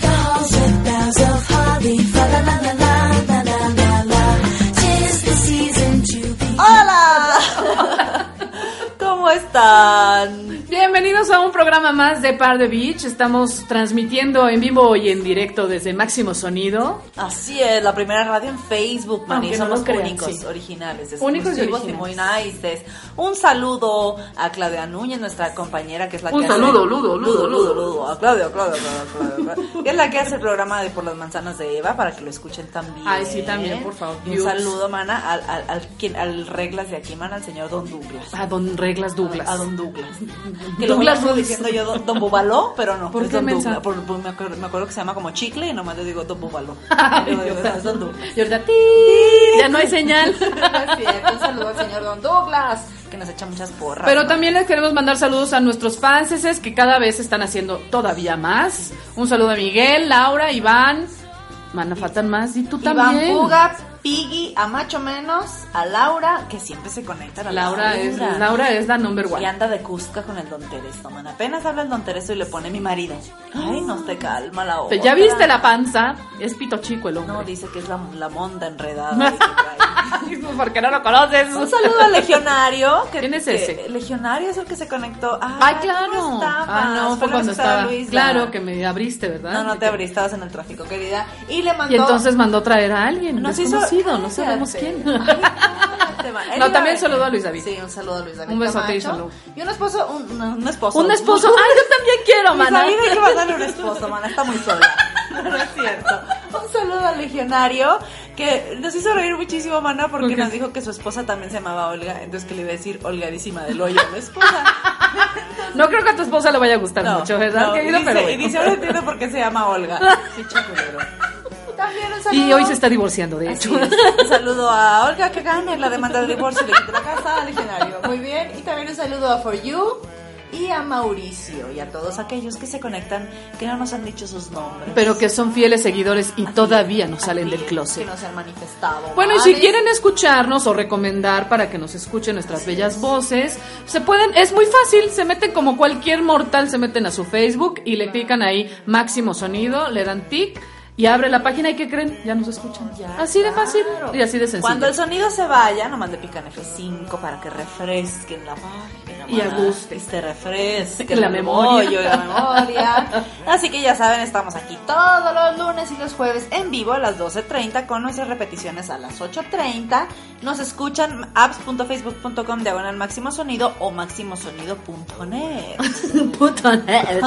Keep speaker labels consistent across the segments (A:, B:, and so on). A: Thousand bells of holly, fa la la la la la la la la. Tis the season to be.
B: ¡Hola! ¿Cómo están?
C: Bienvenidos a un programa más de Par de Beach. Estamos transmitiendo en vivo y en directo desde Máximo Sonido.
B: Así es, la primera radio en Facebook, man. Y
C: Aunque no
B: somos
C: lo crean,
B: únicos,
C: sí.
B: originales,
C: Únicos y
B: exclusivos muy nices. Un saludo a Claudia Núñez, nuestra compañera, que es la
C: Un
B: que hace-
C: saludo, ludo,
B: ludo,
C: ludo, ludo.
B: ludo. A Claudia, Claudia, Claudia, Claudia, Claudia, que es la que hace el programa de Por las Manzanas de Eva, para que lo escuchen también.
C: Ay, sí, también, por favor.
B: Y un
C: Views.
B: saludo, mana, al, al, al, quien- al reglas de aquí, mana, al señor Don Douglas.
C: A Don Reglas Douglas.
B: A Don Douglas. Que lo voy a
C: Douglas
B: estar
C: Ruiz.
B: diciendo yo Don, don Bubaló, pero no.
C: ¿Por
B: es
C: qué,
B: don
C: mensa?
B: Douglas. Por- por- me, acuerdo, me acuerdo que se llama como chicle y nomás le digo Don Bubaló.
C: Ay,
B: Yo digo, "Es Don Douglas".
C: Y ahorita, ti, ya no hay señal.
B: un saludo al señor Don Douglas, que nos echa muchas porras.
C: Pero también les queremos mandar saludos a nuestros fanses que cada vez están haciendo todavía más. Un saludo a Miguel, Laura, Iván. Mana, faltan más. Y tú también.
B: Iván Puga, Piggy, a Macho Menos, a Laura, que siempre se conectan a
C: Laura es, Laura es la number
B: Y
C: one.
B: anda de Cusca con el Don Tereso, man. Apenas habla el Don Tereso y le pone mi marido. Ay, no te calma la hora.
C: Pero ¿Ya viste la panza? Es pito chico el hombre.
B: No, dice que es la, la monda enredada. dice por ahí.
C: Porque pues, no lo conoces.
B: Un saludo al legionario. Que,
C: ¿Quién es
B: que-
C: ese?
B: legionario es el que se conectó. Ah,
C: Ay, claro.
B: Ah,
C: Ah, no, fue cuando estaba. Claro, que me abriste, ¿verdad?
B: No, no te abrí, estabas en el tráfico, querida. Y le mandó.
C: Y entonces mandó traer a alguien
B: Nos hizo-
C: desconocido, no
B: Cállate.
C: sabemos quién.
B: Ay, cállate, va. Él
C: No,
B: iba
C: también
B: a-
C: saludo a Luis David.
B: Sí, un saludo a Luis David.
C: Un besote y
B: Camacho.
C: saludo.
B: Y un esposo, un, no, un esposo.
C: Un esposo. Ay, yo también quiero,
B: Luis
C: mana.
B: David hay que mandarle un esposo, mana. Está muy sola. No es cierto. Un saludo al legionario que nos hizo reír muchísimo, mana, porque
C: Ok.
B: nos dijo que su esposa también se llamaba Olga. Entonces que le iba a decir Olgadísima del hoyo a la esposa.
C: No creo que a tu esposa le vaya a gustar mucho, ¿verdad,
B: no,
C: querido?
B: dice-
C: Pero
B: Y
C: bueno.
B: dice, ahora entiendo por qué se llama Olga. Qué chaculero. También un saludo.
C: Y hoy se está divorciando, de
B: Así
C: hecho.
B: es. Un saludo a Olga que gane la demanda de divorcio y le quita la casa al legionario. Muy bien. Y también un saludo a For You y a Mauricio y a todos aquellos que se conectan que no nos han dicho sus nombres.
C: Pero que son fieles seguidores y todavía no salen del
B: Que
C: closet.
B: no se han manifestado.
C: Bueno, y si
B: ¿vale?
C: quieren escucharnos o recomendar para que nos escuchen nuestras bellas voces, se pueden, es muy fácil, se meten como cualquier mortal, se meten a su Facebook y le pican ahí máximo sonido, le dan tic y abre la página y ¿qué creen? Ya nos escuchan.
B: Ya,
C: así de fácil
B: claro.
C: y así de sencillo.
B: Cuando el sonido se vaya, nomás le pican F5 para que refresquen la página.
C: Y a
B: mamá.
C: gusto.
B: Y se refresque
C: La
B: el
C: memoria.
B: bollo y la memoria. Así que ya saben, estamos aquí todos los lunes y los jueves en vivo a las 12.30 con nuestras repeticiones a las 8.30. Nos escuchan apps.facebook.com diagonal máximo sonido o máximosonido.net.
C: Puto net.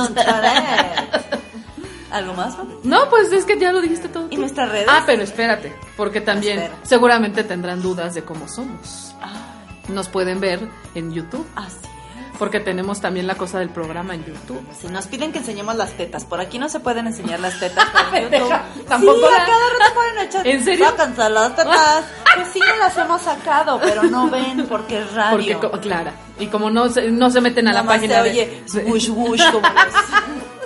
B: ¿Algo más? mamá?
C: No, pues es que ya lo dijiste todo.
B: ¿Y
C: tú.
B: nuestras redes?
C: Ah, pero espérate, porque también
B: Espera.
C: seguramente tendrán dudas de cómo somos.
B: Ay,
C: Nos pueden ver en YouTube,
B: Ah, así es.
C: porque tenemos también la cosa del programa en YouTube.
B: Si nos piden que enseñemos las tetas, por aquí no se pueden enseñar las tetas. Pero en
C: Pendeja,
B: YouTube-
C: tampoco
B: Sí, a
C: la-
B: cada rato pueden echar.
C: ¿En serio?
B: Sacan las tetas. Pues sí, que las hemos sacado, pero no ven porque es
C: Porque,
B: radio.
C: co- clara, y como no se, no se meten a
B: Ah, Nada
C: la
B: más
C: página
B: se
C: de-
B: oye wush wush como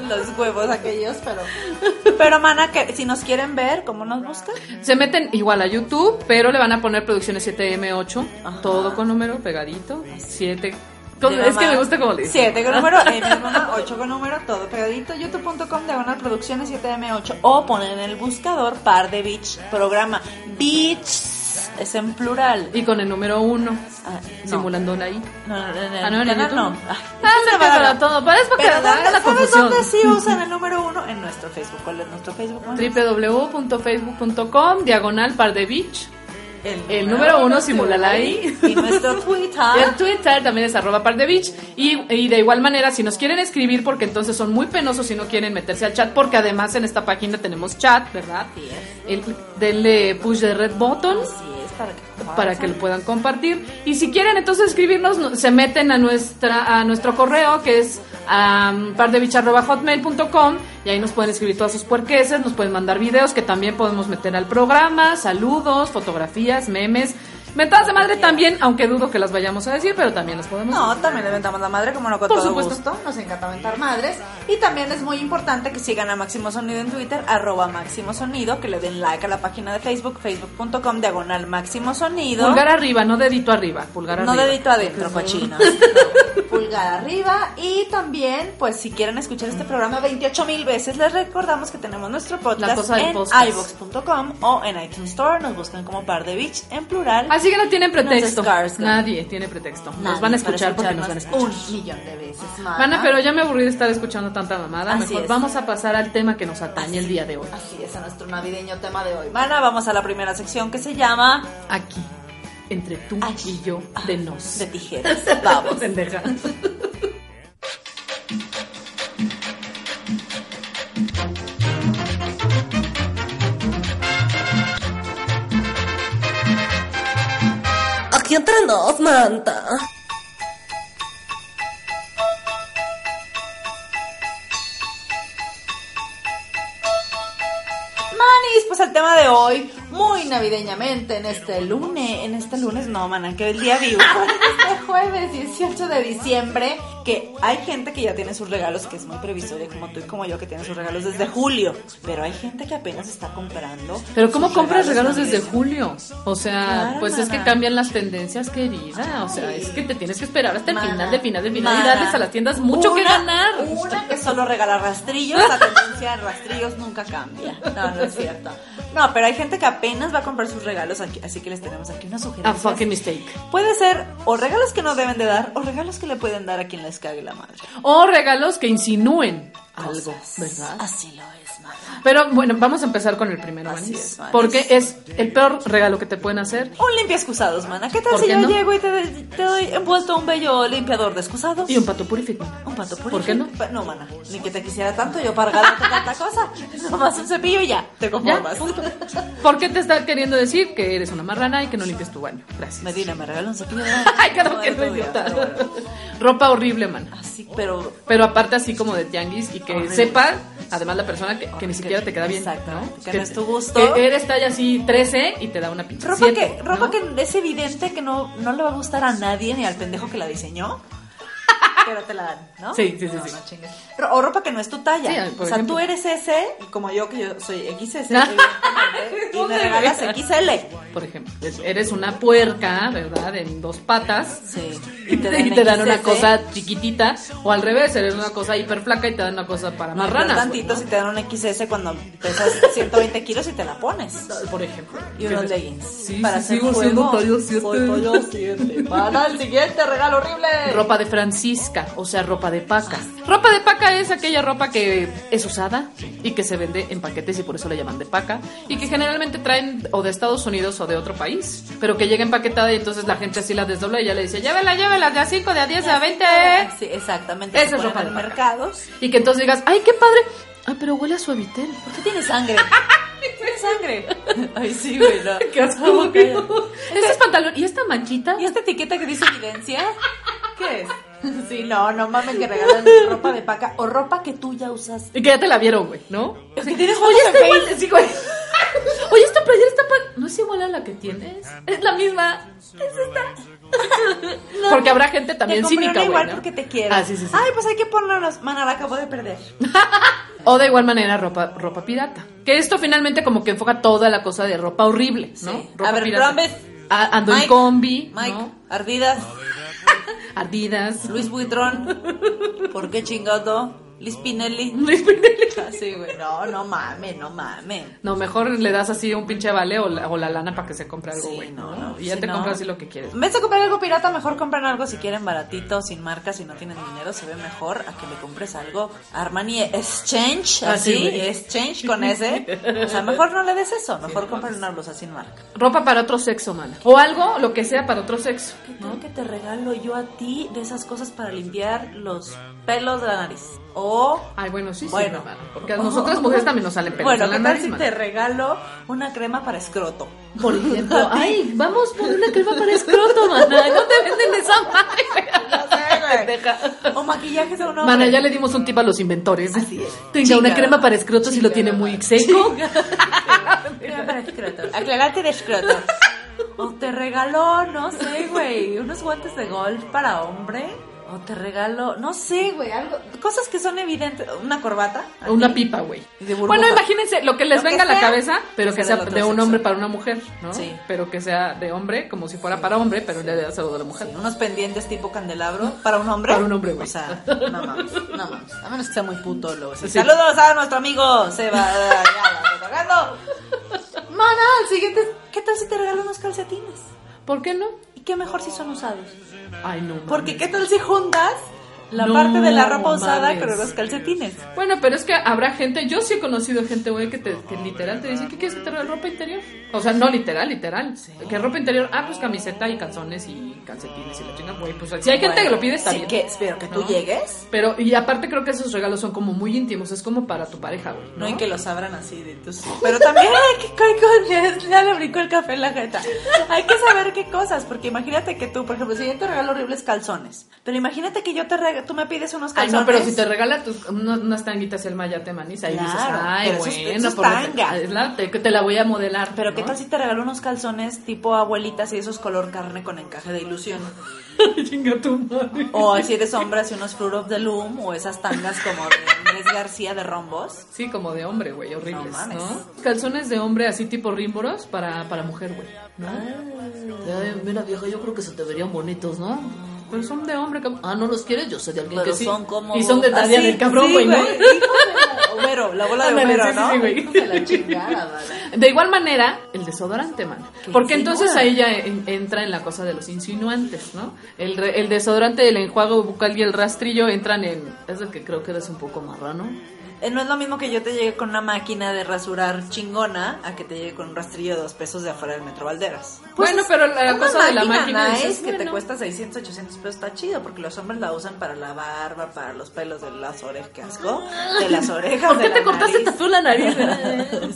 B: los, los huevos aquellos, pero. Pero, mana, que si nos quieren ver, ¿cómo nos buscan?
C: se meten igual a YouTube, pero le van a poner producciones 7M8,
B: Ajá.
C: todo con número pegadito, 7...
B: De
C: es que
B: mamá.
C: me gusta como le dicen.
B: 7 con número, M, mamá, 8 con número, todo pegadito. YouTube.com, diagonal producciones 7M8. O ponen en el buscador par de beach, programa beach. es en plural.
C: Y con el número uno,
B: Ah, no.
C: simulando la I.
B: No, no, en el
C: Ah, no, en el
B: canal
C: YouTube.
B: no.
C: Ah,
B: siempre
C: se
B: me
C: para
B: agarro.
C: todo, pero es porque
B: Pero
C: me agarra
B: ¿dónde-
C: la
B: ¿sabes
C: confusión.
B: dónde sí usan el número uno? En nuestro Facebook. ¿Cuál es nuestro Facebook? Bueno,
C: www.facebook.com, diagonal par de beach. el número uno simula la I.
B: Y nuestro Twitter.
C: Y el Twitter también es arroba par de beach. Y, y de igual manera, si nos quieren escribir, porque entonces son muy penosos si no quieren meterse al chat, porque además en esta página tenemos chat, ¿verdad?
B: Así es,
C: El, denle push de red button.
B: así es, para que,
C: para que lo puedan compartir. Y si quieren entonces escribirnos, no- se meten a nuestra a nuestro correo que es am, pardebich@hotmail.com y ahí nos pueden escribir todas sus puerqueses, nos pueden mandar videos que también podemos meter al programa, saludos, fotografías, memes. Mentadas de madre también, aunque dudo que las vayamos a decir, pero también las podemos.
B: No, también le inventamos la madre, como no con
C: Por
B: todo
C: supuesto.
B: gusto. Nos encanta aventar madres. Y también es muy importante que sigan a Máximo Sonido en Twitter, arroba Máximo Sonido, que le den like a la página de Facebook, facebook.com, diagonal Máximo Sonido.
C: Pulgar arriba, no dedito arriba, pulgar
B: no
C: arriba.
B: dedito adentro, cochinos. No, Pulgar arriba. Y también, pues, si quieren escuchar este programa 28 mil veces, les recordamos que tenemos nuestro
C: La
B: podcast
C: cosa del
B: en
C: podcast.
B: iVox.com o en iTunes Store. Nos buscan como Par de Beach en plural.
C: Así que no tienen
B: Nos
C: pretexto.
B: descargas.
C: Nadie tiene pretexto. nos
B: Nadie
C: van
B: para
C: a escuchar porque nos van a escuchar.
B: escucharnos Un millón de veces más.
C: Mana, pero ya me aburrí de estar escuchando tanta mamada.
B: Así
C: Mejor
B: es.
C: vamos a pasar al tema que nos atañe el día de hoy.
B: Así es, a nuestro navideño tema de hoy. Mana, vamos a la primera sección que se llama
C: Aquí, entre tú
B: Ay. ah,
C: y yo, de nos.
B: De tijeras. Vamos.
C: Pendeja.
A: Aquí entre nos, manta.
B: Manis, pues el tema de hoy, muy navideñamente, en este lunes, en este lunes no, mana, que el día vivo, este jueves 18 de diciembre, que hay gente que ya tiene sus regalos, que es muy previsoria, como tú y como yo, que tienen sus regalos desde julio, pero hay gente que apenas está comprando.
C: Pero ¿cómo
B: sus
C: compras regalos desde
B: navideños.
C: julio? O sea,
B: Claro,
C: pues es que
B: mana.
C: cambian las tendencias, querida. O sea, es que te tienes que esperar hasta el
B: Mana,
C: final de final de final y
B: mana.
C: darles a las tiendas mucho que
B: Una-
C: ganar.
B: Una que solo regala rastrillos, la tendencia de rastrillos nunca cambia. No, no es cierto. No, pero hay gente que apenas va a comprar sus regalos, aquí, así que les tenemos aquí una
C: A
B: sugerencia.
C: Ah, fucking mistake.
B: Puede ser o regalos que no deben de dar o regalos que le pueden dar a quien les cague la madre.
C: O regalos que insinúen algo,
B: Cosas.
C: ¿verdad?
B: Así lo es, madre.
C: Pero bueno, vamos a empezar con el primero,
B: Así
C: Vanis,
B: es, Vanis.
C: Porque es el peor regalo que te pueden hacer.
B: Un limpia excusados, mana. ¿Qué tal
C: ¿Por
B: si
C: qué
B: yo
C: no?
B: llego y te, te doy envuelto un bello limpiador de excusados?
C: Y un pato purificado.
B: Un pato purificado.
C: ¿Por qué no?
B: Pa- No, mana. Ni que te quisiera tanto yo para regalarte tanta cosa. Nomás un cepillo y ya. Te conformas.
C: ¿Por qué te está queriendo decir que eres una marrana y que no limpias tu baño? Gracias.
B: Medina, me regaló un cepillo.
C: Ay, claro que no,
B: Todo el día,
C: idiota.
B: pero bueno.
C: Ropa horrible, man.
B: Así, Ah, pero
C: Pero aparte así como de tianguis y que
B: Horrible.
C: sepa, además la persona que, que ni siquiera te queda bien.
B: Exacto,
C: ¿no?
B: que no es tu gusto.
C: Que eres talla así 13 y te da una pinche
B: Ropa,
C: siete,
B: que, ropa
C: ¿no?
B: que es evidente que no, no le va a gustar a nadie ni al pendejo que la diseñó. Pero te la dan, ¿no?
C: Sí, sí, sí,
B: No,
C: sí.
B: no chingues. Ro- o ropa que no es tu talla.
C: Sí, por
B: o sea,
C: ejemplo.
B: tú eres ese, y como yo, que yo soy XS,
C: Ah.
B: evidentemente, y
C: ¿Dónde
B: me regalas
C: ves?
B: XL.
C: Por ejemplo, eres una puerca, ¿verdad? En dos patas.
B: Sí.
C: Y te, dan una
B: XS.
C: cosa chiquitita. O al revés, eres una cosa hiper flaca y te dan una cosa para
B: No,
C: marranas. güey,
B: tantito
C: pues, ¿no?
B: si te dan un XS cuando pesas 120 kilos y te la pones.
C: por ejemplo.
B: Y unos leggings.
C: Sí,
B: para
C: sí,
B: hacer
C: sigo siendo talla siete.
B: Soy talla 7. Para el siguiente regalo horrible.
C: Ropa de Francisca, o sea, ropa de paca.
B: Ah,
C: Ropa de paca es aquella ropa que es usada y que se vende en paquetes y por eso le llaman de paca. Y que generalmente traen o de Estados Unidos o de otro país, pero que llega empaquetada y entonces la gente así la desdobla y ya le dice, llévela, llévela, de a 5, de a 10, de a 20.
B: Sí, exactamente.
C: Esa
B: Se ponen
C: es ropa de
B: en
C: vaca.
B: mercados.
C: Y que entonces digas, ay, qué padre. Ah, pero huele a suavitel.
B: ¿Por qué tiene sangre? tiene sangre. Ay, sí, güey. no. Ah, ok.
C: Este es pantalón. ¿Y esta manchita?
B: ¿Y esta etiqueta que dice evidencia? ¿Qué es? Sí, no, no mames que regalan ropa de paca o ropa que tú ya usas.
C: Y que ya te la vieron, güey, ¿no?
B: Es que tienes
C: Oye,
B: fotos en
C: está igual.
B: Facebook.
C: sí, güey. Oye, esta playera está pa- No es igual a la que tienes. Es la misma. Es esta. porque habrá gente también
B: Te compré
C: cínica,
B: una
C: güey.
B: igual
C: ¿no?
B: porque te quiero.
C: Ah, sí, sí, sí.
B: Ay, pues hay que ponernos. Mana, la acabo de perder.
C: O de igual manera, ropa, ropa pirata. Que esto finalmente como que enfoca toda la cosa de ropa horrible, ¿no?
B: Sí.
C: Ropa
B: A ver,
C: pirata.
B: Brombes.
C: A- Ando en
B: Mike,
C: combi,
B: Mike,
C: ¿no?
B: Ardidas,
C: Adidas.
B: Luis Buitrón. ¿Por qué chingado? Liz Pinelli. Así, güey. No, no mames, no mames.
C: No, mejor le das así un pinche vale o la, o la lana para que se compre algo,
B: Sí,
C: güey.
B: no,
C: no,
B: no,
C: Y ya
B: sí,
C: te
B: no.
C: compras así lo que quieres.
B: En vez de comprar algo pirata, mejor compran algo si quieren baratito, sin marca, si no tienen dinero, se ve mejor a que le compres algo Armani Exchange,
C: Ah, sí,
B: así,
C: güey.
B: Exchange con ese. O sea, mejor no le des eso, mejor compren una blusa sin marca.
C: Ropa para otro sexo, mana. O algo, lo que sea para otro sexo.
B: ¿Qué tal que te regalo yo a ti de esas cosas para limpiar los pelos de la nariz? O...
C: Ay, bueno, sí,
B: Bueno.
C: sí, hermano, porque a nosotras mujeres también nos salen pelos
B: Bueno,
C: en la
B: ¿qué tal
C: nariz,
B: si
C: mana.
B: te regalo una crema para escroto?
C: Por ejemplo, ay, vamos por una crema para escroto, mana. No te venden esa madre,
B: O maquillaje de un hombre.
C: Mana, ya le dimos un tip a los inventores.
B: Así es.
C: Tenga una
B: Chinga.
C: crema para escroto si lo tiene muy seco.
B: Crema para escroto. Aclarate de escroto. O te regaló, no sé, güey, unos guantes de golf para hombre. O te regalo, no sé, güey, algo. Cosas que son evidentes. Una corbata. a
C: Una
B: ti.
C: pipa, güey.
B: De burbuja.
C: Bueno, imagínense lo que les
B: Lo que
C: venga a la
B: sea,
C: cabeza, pero
B: que
C: que
B: sea
C: sea
B: del
C: de
B: otro
C: un
B: sexo.
C: hombre para una mujer, ¿no?
B: Sí.
C: Pero que sea de hombre, como si fuera para hombre, pero en realidad sea de la mujer.
B: Sí, unos pendientes tipo candelabro para un hombre.
C: Para un hombre, güey.
B: O sea, no mames, no mames. A menos que sea muy puto luego. sí.
C: Sí.
B: Saludos a nuestro amigo Seba. eh, ya, tocando. Mana, el siguiente. es, ¿Qué tal si te regalo unos calcetines?
C: ¿Por qué no?
B: ¿Y qué mejor si son usados?
C: Ay, no.
B: Porque
C: mames.
B: ¿qué tal si juntas la
C: No,
B: parte de la ropa usada
C: mames.
B: con los calcetines?
C: Bueno, pero es que habrá gente, yo sí he conocido gente, güey, que, te- que literal te dice, ¿qué quieres que te regale ropa interior? O sea, no literal, literal. ¿Qué ropa interior? Ah, pues camiseta y calzones y calcetines y la chinga, güey. Pues si hay gente que lo pide, está
B: sí
C: bien.
B: que espero que tú
C: ¿No?
B: llegues.
C: Pero, y aparte creo que esos regalos son como muy íntimos, es como para tu pareja, güey.
B: No, y que lo abran así de tus... Pero también, ay, qué coño, ya, ya le brincó el café en la jeta. Hay que saber qué cosas, porque imagínate que tú, por ejemplo, si yo te regalo horribles calzones, pero imagínate que yo te rega- tú me pides unos
C: Ay,
B: calzones.
C: Ah, no, pero si te regala tus, uno- unas tanguitas el Maya te maniza y dices,
B: Claro,
C: ay,
B: pero eso es-
C: bueno,
B: eso es
C: por lo
B: tanga.
C: que- es la- te, que te la voy a modelar.
B: Pero qué
C: ¿no?
B: tal si te regalo unos calzones tipo abuelitas y esos color carne con encaje de ilusión.
C: Chinga tu madre.
B: O si eres hombre, así unos Fruit of the Loom o esas tangas como de Andrés García de rombos.
C: Sí, como de hombre, güey, horribles,
B: No mames.
C: ¿no? Calzones de hombre así tipo rímboros para, para mujer, güey, ¿no?
D: Ah. Ay, mira vieja, yo creo que se te verían bonitos, ¿no?
C: Pero son de hombre, cabrón.
D: Ah, ¿no los quieres? Yo sé de alguien
B: Pero
D: que sí.
B: son cómodos.
C: Y son de talla
B: Así,
C: del cabrón,
B: sí,
C: güey, ¿no?
B: Hijo de la- Homero, la bola de
C: Ándale,
B: Homero,
C: sí, sí,
B: ¿no?
C: sí, güey.
D: Hijos de la chingada, ¿vale?
C: De igual manera, el desodorante, man.
D: Pues
B: ¿Qué
C: Porque
B: insinúa?
C: entonces ahí ya en- entra en la cosa de los insinuantes, ¿no? El, re- el desodorante, el enjuague bucal y el rastrillo entran en...
D: Es de que creo que eres un poco marrano.
B: Eh, No es lo mismo que yo te llegue con una máquina de rasurar chingona a que te llegue con un rastrillo de dos pesos de afuera del Metro Valderas.
D: Pues
C: bueno, pero Pues la
B: Una
C: cosa de la máquina
B: nice
C: dices,
B: que te
C: bueno,
B: cuesta 600, 800 pesos está chido porque los hombres la usan para la barba, para los pelos de las orejas, qué asco, de las orejas.
C: ¿Por qué
B: de
C: te
B: la
C: cortaste
B: nariz.
C: tan feo la nariz?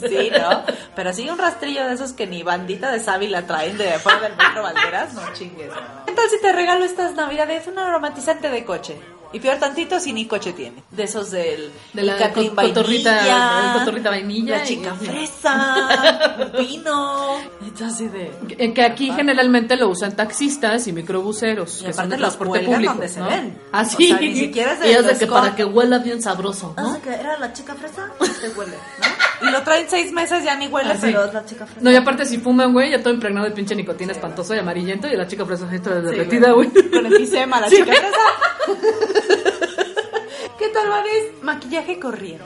B: sí, ¿no? Pero sí, un rastrillo de esos que ni bandita de sábila traen de afuera del metro Valderas, no chingues. no. ¿Qué tal si te regalo estas navidades un aromatizante de coche? Y peor tantito si ni coche tiene. De esos del
C: De la
B: Catrín
C: co- cotorrita-
B: vainilla,
C: el cotorrita vainilla
B: La
C: y-
B: chica fresa, un vino. Esto así de...
C: Que, que aquí generalmente lo usan taxistas y microbuseros,
B: Y
C: que son
B: aparte
C: de
B: los
C: transporte
B: cuelgan
C: público.
B: donde se
C: ¿no? Ah,
B: ven.
C: Así.
B: O sea, ni siquiera es de
D: Y es de
B: los
D: que
B: con-
D: para que huela bien sabroso,
B: Ah,
D: ¿no?
B: que era la chica fresa, te huele, ¿no? Y lo traen seis meses, ya ni huele,
C: Así.
B: pero es la chica fresa.
C: Ah, No, y aparte si fuman, güey, ya todo impregnado de pinche nicotina espantoso y amarillento y la chica fresa está derretida, güey.
B: Con enfisema, la
C: Sí,
B: chica
C: güey.
B: fresa. ¿Qué tal, Vanes? Maquillaje corriente.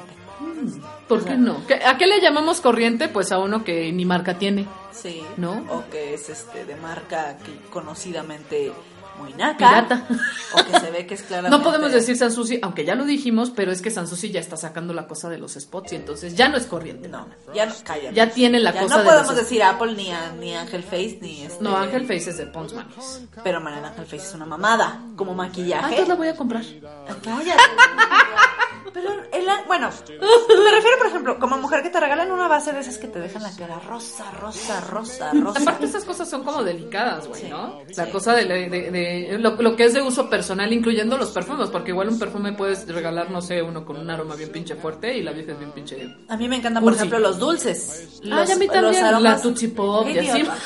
C: ¿Por qué no? ¿Qué- ¿A qué le llamamos corriente? Pues a uno que ni marca tiene.
B: Sí.
C: ¿No?
B: O que es este de marca que conocidamente muy naca.
C: Pirata.
B: O que se ve que es claramente.
C: No podemos decir Sansusi, aunque ya lo dijimos, pero es que Sansusi ya está sacando la cosa de los spots y entonces ya no es corriente.
B: No, ya no, cállate.
C: Ya tiene la
B: Ya
C: cosa
B: No
C: de
B: podemos
C: los-
B: decir Apple ni, a- ni Ángel Face ni este.
C: No, Ángel Face es de Pons Manos.
B: Pero Mariana Ángel Face es una mamada. Como
C: Ah,
B: maquillaje.
C: entonces la voy a comprar.
B: Ay, Cállate. Pero el, bueno, me refiero, por ejemplo, como mujer que te regalan una base de esas que te dejan la cara rosa, rosa, rosa, rosa.
C: Aparte estas cosas son como delicadas, güey, ¿no?
B: Sí,
C: La
B: sí.
C: cosa de, de- de- de- lo, lo que es de uso personal, incluyendo los perfumes, porque igual un perfume puedes regalar, no sé, uno con un aroma bien pinche fuerte y la vieja es bien pinche...
B: A mí me encantan, por
C: Cursi.
B: ejemplo, los dulces.
C: Ah,
B: Los,
C: y a mí también, la Tootsie Pop
B: Qué
C: y así.
B: idiota.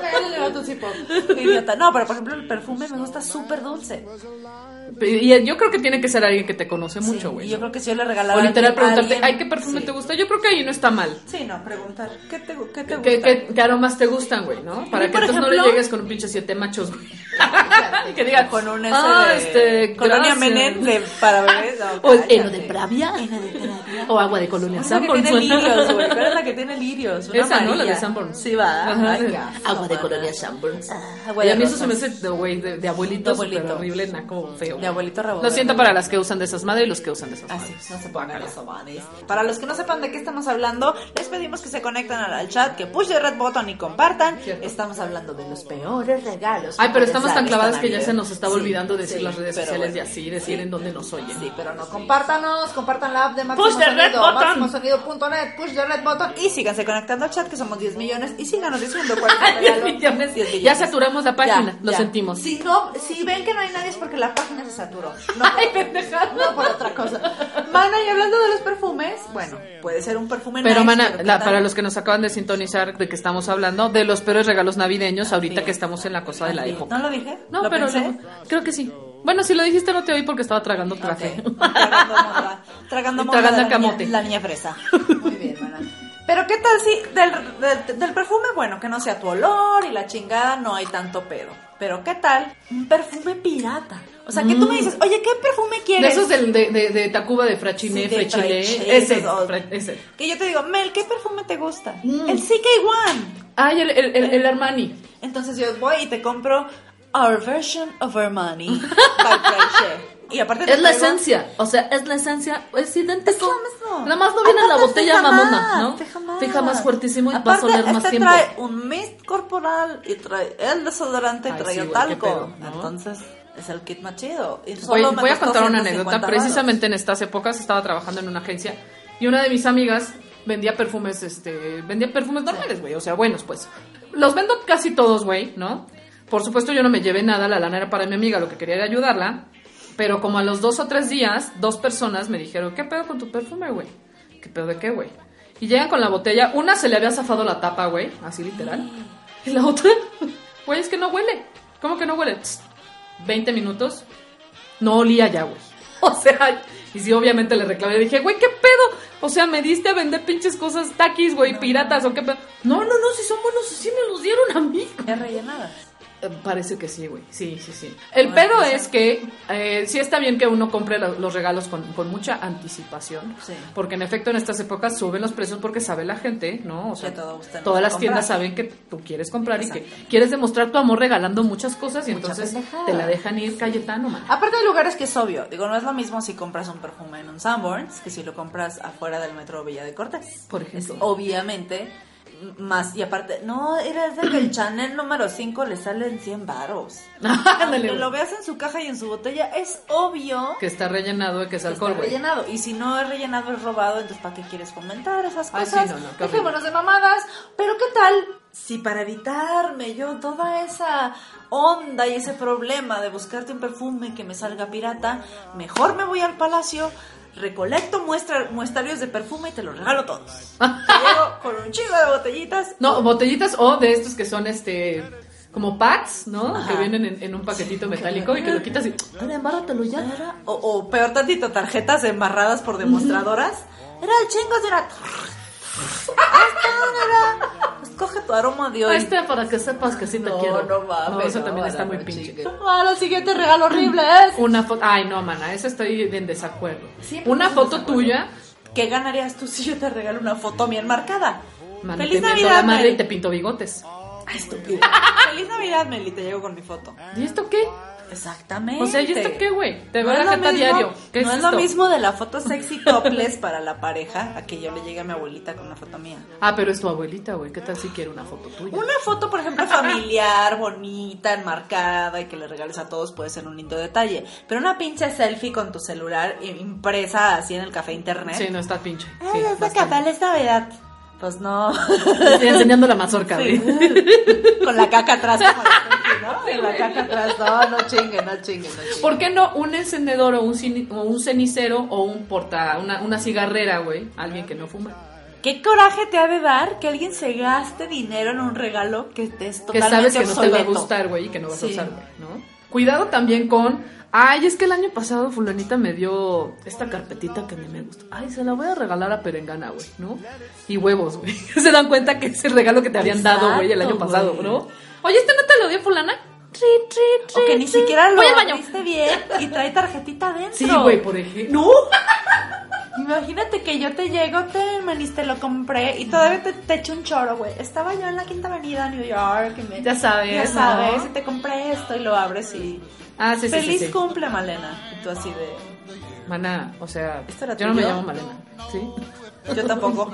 B: Regálale la Tootsie Pop. Qué idiota. No, pero por ejemplo, el perfume me gusta súper dulce.
C: Y yo creo que tiene que ser alguien que te conoce mucho, güey.
B: Y yo
C: ¿no?
B: creo que si yo le regalaba.
C: O literal
B: a alguien-
C: preguntarte, ay, ¿qué perfume
B: sí.
C: te gusta? Yo creo que ahí no está mal.
B: Sí, no, preguntar. ¿Qué te, qué te gusta?
C: ¿Qué, qué, qué aromas te gustan, güey, no?
B: mí,
C: Para que
B: por
C: entonces no le
B: ejemplo-
C: llegues con un pinche siete machos, güey. y que diga,
B: Con un
C: ah,
B: ese de
C: este,
B: Colonia
C: gracias".
B: Menem de para bebés. No,
C: O
B: cállate.
C: heno de Pravia. O agua de colonia
B: Esa que
C: Sanborns.
B: tiene lirios, güey. ¿Cuál es la que tiene lirios? Una
C: Esa, ¿no? La de
B: amarilla.
C: Sanborns.
B: Sí, va.
C: Ajá.
B: Ay, qué asco,
D: Agua de
B: mana.
D: colonia Sanborns.
B: Ah,
C: Y
B: güey,
C: a mí eso
B: rosas.
C: se me hace, de, güey, de, de
B: De
C: abuelito,
B: abuelito.
C: súper horrible, naco, feo.
B: De abuelito rabo.
C: Lo siento para las que usan de esas madres y los que usan de esas
B: Así,
C: madres.
B: no se pongan Ah, los ovales. Para los que no sepan de qué estamos hablando, les pedimos que se conecten al, al chat, que push the red button y compartan.
C: Cierto.
B: Estamos hablando de los peores regalos.
C: Ay, pero
B: puedes
C: estamos
B: dar
C: tan
B: esta
C: clavadas que ya
B: Navidad.
C: se nos estaba
B: Sí,
C: olvidando decir
B: sí,
C: las redes
B: pero
C: sociales
B: bueno.
C: y así, decir en dónde nos oyen.
B: Sí, pero no, compártanos, compartan la app de Máximo
C: Push the red
B: Sonido,
C: button.
B: máximosonido.net, push the red button y síganse conectando al chat que somos 10 millones y síganos diciendo cuál es el regalo.
C: 10 millones.
B: 10 millones.
C: Ya saturamos la página,
B: Ya,
C: lo
B: ya.
C: sentimos.
B: Si no, si ven que no hay nadie es porque la página se saturó. No por,
C: Ay, pendejada.
B: No por otra cosa. Mana, y hablando de los perfumes, bueno, puede ser un perfume
C: Pero,
B: nice,
C: mana,
B: ¿qué
C: la-
B: tal?
C: para los que nos acaban de sintonizar de que estamos hablando, de los peores regalos navideños, ahorita que estamos en la cosa de la
B: ¿No
C: época.
B: lo dije?
C: No,
B: ¿Lo
C: pero
B: pensé?
C: luego- creo que sí. Bueno, si lo dijiste no te oí porque estaba tragando café.
B: Ok. Tragando moda. Tragando
C: Y
B: moda
C: tragando
B: de la niña-
C: camote.
B: La niña fresa. Muy bien, mana. Pero qué tal si del, del- del perfume, bueno, que no sea tu olor y la chingada, no hay tanto pedo. Pero qué tal un perfume pirata. O sea, que tú me dices, oye, ¿qué perfume
C: Mm. De
B: quieres?
C: esos del- de, de, de Tacuba de Frachiné,
B: Sí, de
C: Frechilé,
B: Frechilé,
C: ese,
B: esos dos.
C: Fra- ese.
B: Que yo te digo, Mel, ¿qué perfume te gusta?
C: Mm.
B: El CK1.
C: Ay, el, el, el- el Armani.
B: Entonces yo voy y te compro Our Version of Armani by Freixé. Y aparte te
C: Es la
B: traigo-
C: esencia, o sea, es la esencia, es idéntico.
B: Es lo mismo.
C: Nada más no viene en la
B: Aparte,
C: botella
B: fija más,
C: mamona, ¿no?
B: fija más.
C: Fija más fuertísimo y vas a
B: Aparte,
C: oler más
B: este
C: tiempo.
B: trae un mist corporal y trae el desodorante y
C: Ay,
B: trae
C: sí,
B: el
C: güey, qué
B: talco.
C: pedo, ¿no?
B: Entonces, es el kit más chido. Y
C: Voy,
B: solo me
C: voy a
B: costó
C: contar una anécdota.
B: 150
C: Precisamente en estas épocas estaba trabajando en una agencia y una de mis amigas vendía perfumes, este, vendía perfumes normales, güey, o sea, buenos, pues. Los vendo casi todos, güey, ¿no? Por supuesto yo no me llevé nada, la lana era para mi amiga, lo que quería era ayudarla, pero como a los dos o tres días, dos personas me dijeron, ¿qué pedo con tu perfume, güey? ¿Qué pedo de qué, güey? Y llegan con la botella, una se le había zafado la tapa, güey, así literal, y la otra, güey, es que no huele. ¿Cómo que no huele? Tss, 20 minutos, no olía ya, güey. O sea, y sí, obviamente le reclamé. Le dije, güey, ¿qué pedo? O sea, me diste a vender pinches cosas taquis, güey, piratas o qué pedo. No, no, no, si son buenos, sí me los dieron a mí.
B: dólares. Ya rellenadas.
C: Eh, Parece que sí, güey. Sí, sí, sí. El pedo es que eh, sí está bien que uno compre lo- los regalos con, con mucha anticipación.
B: Sí.
C: Porque en efecto en estas épocas suben los precios porque sabe la gente, ¿no? O sea,
B: Que todo usted
C: todas
B: no
C: las
B: comprar.
C: tiendas saben que tú quieres comprar y que quieres demostrar tu amor regalando muchas cosas y entonces
B: pendejada.
C: te la dejan ir Cayetano, man.
B: Aparte hay lugares que es obvio. Digo, no es lo mismo si compras un perfume en un Sanborns que si lo compras afuera del metro Villa de Cortés.
C: Por ejemplo.
B: Es obviamente más. Y aparte, no, era de que el Chanel número 5 le salen 100 varos.
C: Ándale,
B: Aunque
C: güey.
B: lo veas en su caja y en su botella, es obvio
C: que está rellenado de que es
B: que
C: alcohol,
B: está
C: güey.
B: rellenado. Y si no es rellenado, es robado. Entonces, ¿para qué quieres fomentar esas
C: Ay,
B: cosas?
C: Ah, sí, no, no, qué horrible.
B: Dejémonos de mamadas. Pero, ¿qué tal si para evitarme yo toda esa onda y ese problema de buscarte un perfume que me salga pirata, mejor me voy al palacio, recolecto muestra, muestrarios de perfume y te los regalo todos. Llego con un chingo de botellitas.
C: No, botellitas o de estos que son este como packs, ¿no?
B: Ajá.
C: Que vienen en, en un paquetito metálico y que lo quitas y
D: Dale, embáratelo ya.
B: O, o peor tantito, tarjetas embarradas por demostradoras.
C: Mm.
B: Era el chingo de una... Escoge Pues tu aroma de hoy.
C: este para que sepas que sí te
D: No,
C: quiero.
D: no mames,
C: No, eso
D: no,
C: también
D: no,
C: está muy
D: no,
C: pinche.
D: chingue.
B: Ah, el siguiente regalo horrible es.
C: Una foto, ay no, mana, eso estoy en desacuerdo.
B: Siempre
C: Una
B: estás en
C: foto
B: desacuerdo.
C: tuya,
B: ¿Qué ganarías tú si yo te regalo una foto bien marcada?
C: mana,
B: ¡Feliz
C: te meto la
B: Navidad,
C: madre y
B: Meli!
C: te pinto bigotes.
B: Ay, estúpida. ¡Feliz Navidad, Meli! Te llego con mi foto.
C: ¿Y esto qué?
B: Exactamente.
C: O sea, ¿y esto qué, güey? Te veo
B: es
C: la
B: lo
C: jeta
B: mismo-
C: diario. ¿Qué
B: no
C: es
B: es, lo
C: esto?
B: mismo de la foto sexy topless para la pareja a que yo le llegue a mi abuelita con una foto mía.
C: Ah, pero es tu abuelita, güey. ¿Qué tal si quiero una foto tuya?
B: Una foto, por ejemplo, familiar, bonita, enmarcada y que le regales a todos puede ser un lindo detalle. Pero una pinche selfie con tu celular impresa así en el café internet.
C: Sí, no está pinche.
B: Ah,
C: Sí,
B: ya está
C: bastante.
B: capaz es Navidad. Pues no.
C: Estoy enseñando la mazorca,
B: Sí.
C: güey.
B: Con la caca atrás, como la Pinky, ¿no? Con la caca atrás. No, no chingue, no chingue, no chingue.
C: ¿Por qué no un encendedor o un, cini- o un cenicero o un porta, una, una cigarrera, güey? Alguien que no fuma.
B: ¿Qué coraje te ha de dar que alguien se gaste dinero en un regalo que te es
C: Que
B: totalmente
C: sabes que no te va a
B: obsoleto?
C: gustar, güey, y que no vas a
B: Sí.
C: usar, güey, ¿no? Cuidado también con, ay, es que el año pasado fulanita me dio esta carpetita que a mí me gusta. Ay, se la voy a regalar a Perengana, güey, ¿no? Y huevos, güey. Se dan cuenta que es el regalo que te habían dado, güey, el año
D: Exacto,
C: pasado,
D: güey.
C: ¿no? Oye, este no te lo dio fulana. Tri, tri, tri,
B: O que ni
C: tri.
B: siquiera lo
C: Voy al baño.
B: abriste bien y trae tarjetita adentro.
C: Sí, güey, por ejemplo.
B: No. Imagínate que yo te llego, te manis, te lo compré y todavía te, te echo un choro, güey. Estaba yo en la Quinta Avenida, New York. y me-
C: Ya sabes,
B: Ya sabes,
C: ¿no?
B: y te compré esto y lo abres y.
C: Ah, sí, sí, sí,
B: Feliz
C: sí.
B: cumple, Malena. Y tú así de.
C: Mana, o sea,
B: ¿Esto era
C: yo no me
B: tuyo?
C: llamo Malena, ¿sí?
B: Yo tampoco.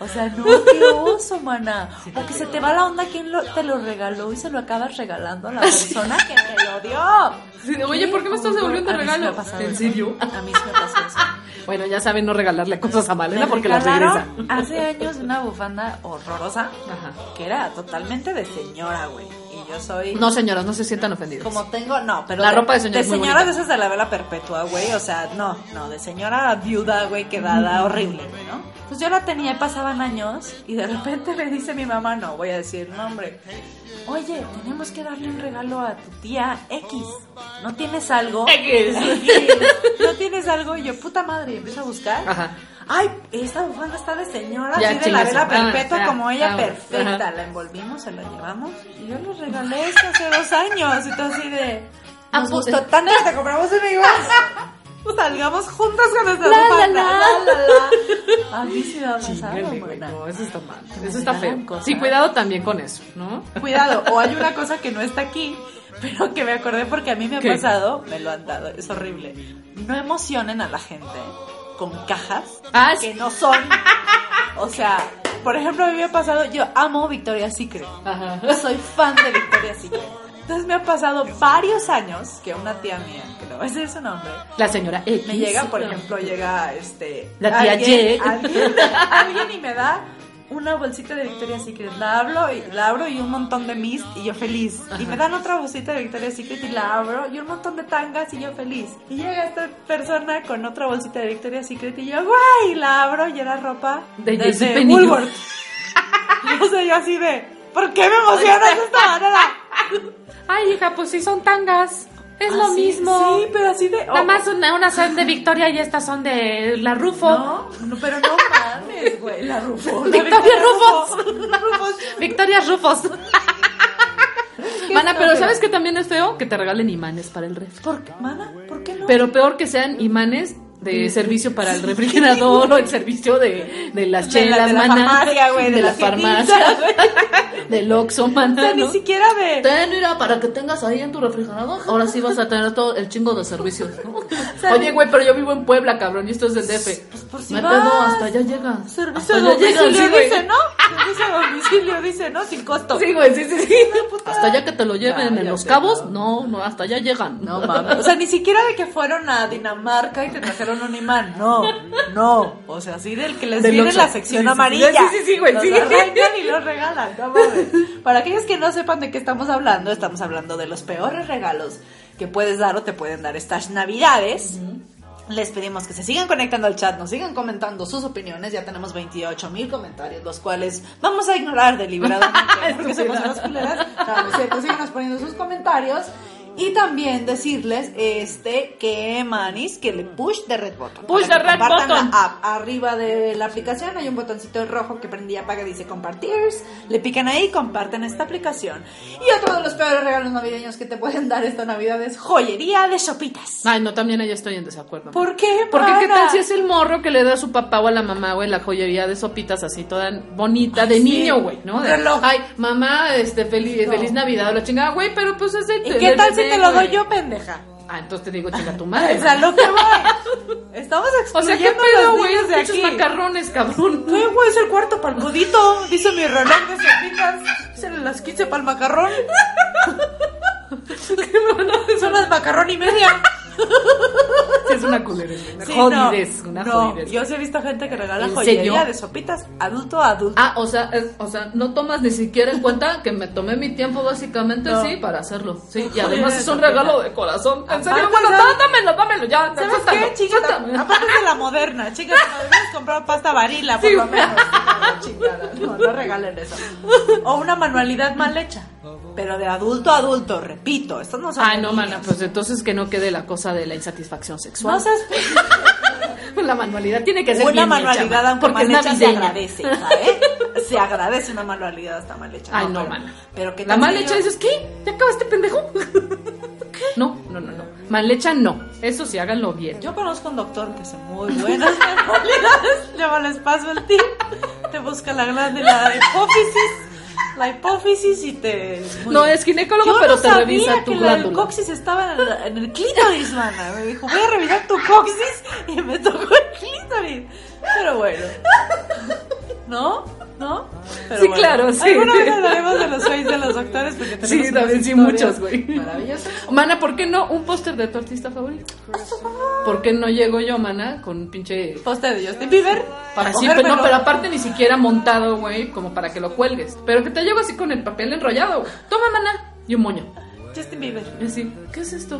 B: o sea, no, qué oso, mana. O que se te va la onda quién lo- te lo regaló y se lo acabas regalando a la persona que te lo dio.
C: Sí, de, Oye, ¿por qué me estás devolviendo
B: A
C: el
B: mí sí me
C: regalo?
B: ha pasado
C: ¿En
B: eso.
C: serio?
B: A mí sí me pasó eso.
C: Bueno, ya saben no regalarle cosas a Malena
B: Me
C: porque las regresa.
B: regalaron Hace años una bufanda horrorosa
C: Ajá.
B: que era totalmente de señora, güey. Y yo soy.
C: No, señoras, no se sientan ofendidas.
B: Como tengo, no, pero.
C: La ropa de señora
B: De
C: es muy
B: señora de
C: bonita.
B: esas de la vela perpetua, güey. O sea, no, no, de señora viuda, güey, quedada horrible, ¿no? Pues yo la tenía, y pasaban años y de repente me dice mi mamá, no, voy a decir nombre. Oye, tenemos que darle un regalo a tu tía X. ¿No tienes algo?
C: X.
B: ¿No tienes algo? Y yo, puta madre, empiezo a buscar.
C: Ajá.
B: Ay, esta bufanda está de señora,
C: Ya,
B: así de la
C: chingas.
B: vela perpetua,
C: Ah, ya,
B: como ella
C: ah, bueno.
B: perfecta.
C: Ajá.
B: La envolvimos, se la llevamos. Y yo lo regalé esto hace dos años. Y todo así de.
C: Ah,
B: Nos
C: pues,
B: gustó
C: eh.
B: tanto que te compramos una igual. Salgamos juntas con nuestra
C: La, la,
B: bufanda.
C: la.
B: la. A mí sí me ha pasado,
C: Chíngale, güey,
B: buena.
C: No, eso está mal.
B: Que me
C: Eso está
B: regalan
C: feo.
B: cosas.
C: Sí, cuidado también con eso, ¿no?
B: Cuidado, o hay una cosa que no está aquí, pero que me acordé porque a mí me ha
C: ¿Qué?
B: pasado, me lo han dado, es horrible. No emocionen a la gente con cajas
C: Ah,
B: que
C: sí.
B: no son. O sea, por ejemplo, a mí me ha pasado, yo amo Victoria's Secret.
C: Ajá.
B: Soy fan de Victoria's Secret. Entonces me ha pasado varios años que una tía mía, que no voy a decir su nombre,
C: La señora X.
B: me llega, por ejemplo, llega este.
C: La tía
B: alguien,
C: Ye.
B: Alguien, alguien y me da una bolsita de Victoria's Secret. La abro y la abro y un montón de mist y yo feliz. Y me dan otra bolsita de Victoria's Secret y la abro y un montón de tangas y yo feliz. Y llega esta persona con otra bolsita de Victoria's Secret y yo, guay, y la abro y era ropa
C: De
B: de,
C: J.C.
B: de
C: Penney.
B: Woolworth. O sea, yo así de, ¿por qué me emocionas de esta manera?
C: Ay, hija, pues sí son tangas. Es lo
B: Así-
C: mismo.
B: Ah, Sí, pero así de.
C: Nada
B: oh,
C: más una, unas son de Victoria y estas son de la Rufo.
B: No, no, pero no mames, güey. La Rufo. La
C: Victoria Rufos.
B: Rufos.
C: Victorias Rufos. Mana, pero
B: estúpida.
C: ¿sabes que también es feo? Que te regalen imanes para el refri.
B: ¿Por qué? Mana, ¿por qué no?
C: Pero peor que sean imanes de servicio para el refrigerador o el servicio de, de las
B: De la-
C: chelas,
B: de la
C: mana.
B: farmacia, güey, de
C: De
B: la
C: la
B: tiendita,
C: farmacia. Del Oxxo,
B: o sea,
C: mana,
B: ni
C: ¿no?
B: siquiera de.
D: Ten, mira, para que tengas ahí en tu refrigerador. Ahora sí vas a tener todo el chingo de servicios. ¿no?
C: Oye, güey, pero yo vivo en Puebla, cabrón, y esto es del DF.
B: Pues por si
D: Me
B: vas.
D: pedo, hasta allá llega.
B: Servicio a
D: Hasta allá llega,
B: domicilio
D: sí, güey.
B: dice, ¿no? Servicio a domicilio dice, ¿no? Sin costo.
C: Sí, güey, sí, sí, sí.
D: Hasta allá que te lo lleven
B: Cállate,
D: en los cabos, no, no, hasta allá llegan.
B: No mames. O sea, ni siquiera de que fueron a Dinamarca y te trajeron un imán. No, no. O sea, así del que les
C: Del
B: viene
C: Oxxo.
B: la sección
C: Sí, sí, sí.
B: amarilla.
C: Sí, sí, sí, güey,
B: Los
C: sí.
B: arrancan y los regalan. No mames. Para aquellos que no sepan de qué estamos hablando, estamos hablando de los peores regalos que puedes dar o te pueden dar estas navidades. Les pedimos que se sigan conectando al chat, nos sigan comentando sus opiniones. Ya tenemos 28 mil comentarios, los cuales vamos a ignorar deliberadamente porque somos unas culeras. No, no es cierto, síganos poniendo sus comentarios. Y también decirles este que Manis que le push de red button.
C: Push
B: Para
C: the
B: que
C: red
B: compartan
C: button.
B: la app. Arriba de la aplicación hay un botoncito rojo que prende y apaga dice compartir. Le pican ahí y comparten esta aplicación. Y otro de los peores regalos navideños que te pueden dar esta Navidad es joyería de sopitas.
C: Ay, no, también allá estoy en desacuerdo.
B: ¿Por qué?
C: Porque qué
B: mana?
C: tal si es el morro que le da a su papá o a la mamá, güey, la joyería de sopitas así toda bonita de
B: Ah, sí.
C: niño, güey, ¿no?
B: Un
C: De-
B: reloj.
C: Ay, mamá, este, feliz,
B: No.
C: feliz Navidad, la chingada, güey, pero pues es el
B: ¿Y qué tal si te lo doy
C: güey.
B: yo, pendeja?
C: Ah, entonces te digo, chinga tu
B: O
C: madre.
B: sea,
C: güey.
B: lo que voy. Estamos
C: o sea,
B: excluyendo
C: ¿qué pedo,
B: Pues los
C: güey?
B: niños de
C: Esos
B: aquí.
C: macarrones, cabrón.
B: Güey, güey, es el cuarto para el budito, dice mi reloj de sopitas. Son las 15 para el macarrón. Son las macarrón y media.
C: Sí, es una culerez, una
B: Sí,
C: jodidez, una
B: no,
C: jodidez.
B: Yo sí he visto gente que regala
C: ¿En
B: joyería
C: serio?
B: de sopitas adulto a adulto.
D: Ah, o sea, es- o sea, no tomas ni siquiera en cuenta que me tomé mi tiempo básicamente,
B: No.
D: sí, para hacerlo. Sí, y
B: Joder,
D: además es un
B: esa
D: regalo de corazón. En serio,
B: Aparte,
D: bueno,
B: ¿sabes?
D: dámelo, dámelo, ya.
B: ¿Sabes qué,
D: suéltalo,
B: chiquita?
D: suéltalo.
B: Aparte es de la moderna, chicas, hubieras comprado pasta varila, por lo menos. Chingada, No, no regalen eso. O una manualidad mal hecha. Pero de adulto a adulto, repito, esto no son
C: Ay,
B: de
C: no,
B: niños.
C: mana, pues entonces que no quede la cosa de la insatisfacción sexual.
B: No seas
C: la manualidad tiene que ser
B: una
C: bien hecha,
B: manualidad,
C: mana,
B: aunque
C: porque
B: mal
C: es
B: hecha, se
C: navideña.
B: agradece, ¿sabes? se agradece una manualidad hasta mal hecha.
C: Ay, no,
B: pero-
C: mana.
B: Ah, Pero que
C: la mal hecha dices, ¿qué? ¿Ya acabaste, pendejo? No, no, no, no. Mal hecha no. Eso sí, háganlo bien.
B: Yo conozco a un doctor que hace muy buenas manualidades. Luego les paso el tip. Te busca la glándula hipófisis. La hipófisis y te. muy
C: No,
B: bien.
C: es ginecólogo,
B: Yo
C: pero
B: no
C: te
B: sabía
C: revisa tu
B: que la- El
C: glándula.
B: coxis estaba en, la- en el clítoris, mana. Me dijo, voy a revisar tu coxis y me tocó el clítoris. Pero bueno. ¿No? ¿no? Pero
C: Sí, claro, sí.
B: Alguna vez hablaremos de los seis de los doctores porque tenemos
C: Sí,
B: unas
C: también sí,
B: historias
C: muchos, güey.
B: Maravillosas.
C: Mana, ¿por qué no un póster de tu artista favorito?
B: Ah,
C: ¿Por qué no llego yo, mana, con un pinche...
B: Poste de Justin Bieber.
C: Para
B: coger
C: siempre, no,
B: pelo.
C: Ah, pero aparte ni siquiera montado, güey, como para que lo cuelgues. Pero que te llevo así con el papel enrollado. güey. Toma, mana. Y un moño.
B: Justin Bieber.
C: Y así, ¿qué es esto?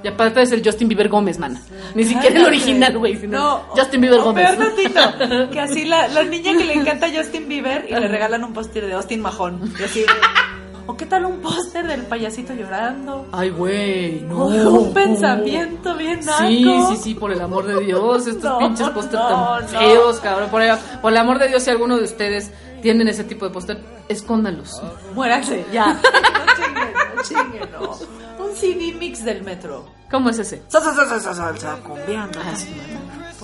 C: Y aparte es el Justin Bieber Gómez, mana. Ni siquiera el original, güey. sino Justin Bieber
B: o
C: Gómez.
B: Peor tantito, que así la, la niña que le encanta a Justin Bieber y le regalan un póster de Austin Mahon. Y así de, ¿O qué tal un póster del payasito llorando?
C: Ay, güey, no.
B: O un pensamiento bien
C: Sí,
B: naco.
C: sí, sí, por el amor de Dios, estos
B: No,
C: pinches póster
B: no,
C: tan
B: no.
C: feos, cabrón. Por, el- por el amor de Dios, si alguno de ustedes tienen ese tipo de póster, escóndalos.
B: Muéranse, ya. No chinguen, no chinguen, no. Un CD mix del metro.
C: ¿Cómo es ese?
B: Salsa, salsa, salsa, salsa, cumbiando.
C: Ah, sí.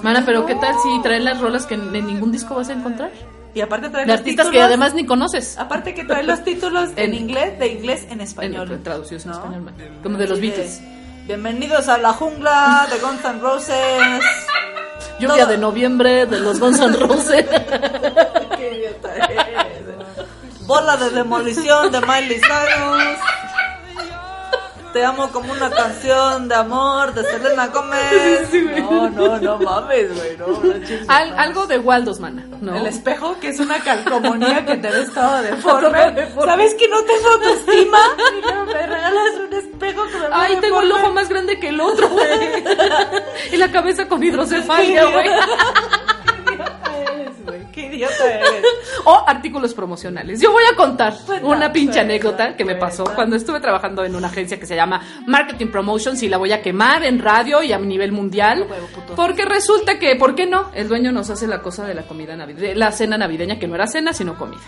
C: Mana, pero ¿qué tal si traen las rolas que en en ningún disco vas a encontrar?
B: Y aparte trae
C: De
B: los títulos.
C: artistas
B: Ah,
C: que además ni conoces.
B: Aparte que trae los títulos en,
C: En-
B: inglés, de inglés en
C: En,
B: español.
C: traducidos en
B: ¿no? Eh,
C: español, man. Como de los
B: Así
C: Beatles.
B: Bienvenidos a la jungla de Guns N' Roses.
C: Lluvia
B: todo.
C: de noviembre, de los Guns N' Roses.
B: Qué idiota eres. Bola de demolición de Miley Cyrus. Te amo como una canción de amor de Selena Gómez. No, no, no mames, güey. No, no chingues.
C: Al- algo de Waldos, mana. ¿no?
B: El espejo, que es una calcomanía que te ves todo deforme. ¿Sabes que no tengo autoestima? Y luego me regalas un espejo que me veo
C: Ay, tengo el
B: deforme.
C: ojo más grande que el otro, güey. y la cabeza con hidrocefalia, güey.
B: Qué idiota eres.
C: O artículos promocionales. Yo voy a contar una pinche anécdota que me
B: cuenta.
C: pasó cuando estuve trabajando en una agencia que se llama Marketing Promotions y la voy a quemar en radio y a nivel mundial.
B: Huevo, puto.
C: Porque resulta que, ¿por qué no? El dueño nos hace la cosa de la comida navideña, la cena navideña, que no era cena, sino comida.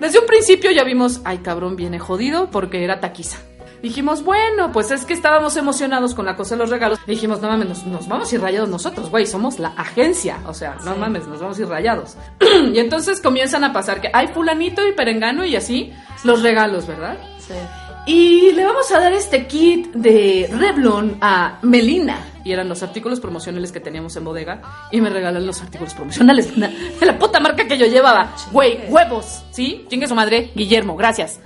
C: Desde un principio ya vimos, ay cabrón, viene jodido porque era taquiza. Dijimos, bueno, pues es que estábamos emocionados con la cosa de los regalos. Dijimos, no mames, nos, nos vamos a ir rayados nosotros, güey, somos la agencia. O sea, no mames, nos vamos a ir rayados. y entonces comienzan a pasar que hay fulanito y perengano y así los regalos, ¿verdad? Y le vamos a dar este kit de Revlon a Melina. Y eran los artículos promocionales que teníamos en bodega. Y me regalan los artículos promocionales de la, de la puta marca que yo llevaba. Güey, huevos. ¿Sí? Chingue su madre, Guillermo, gracias.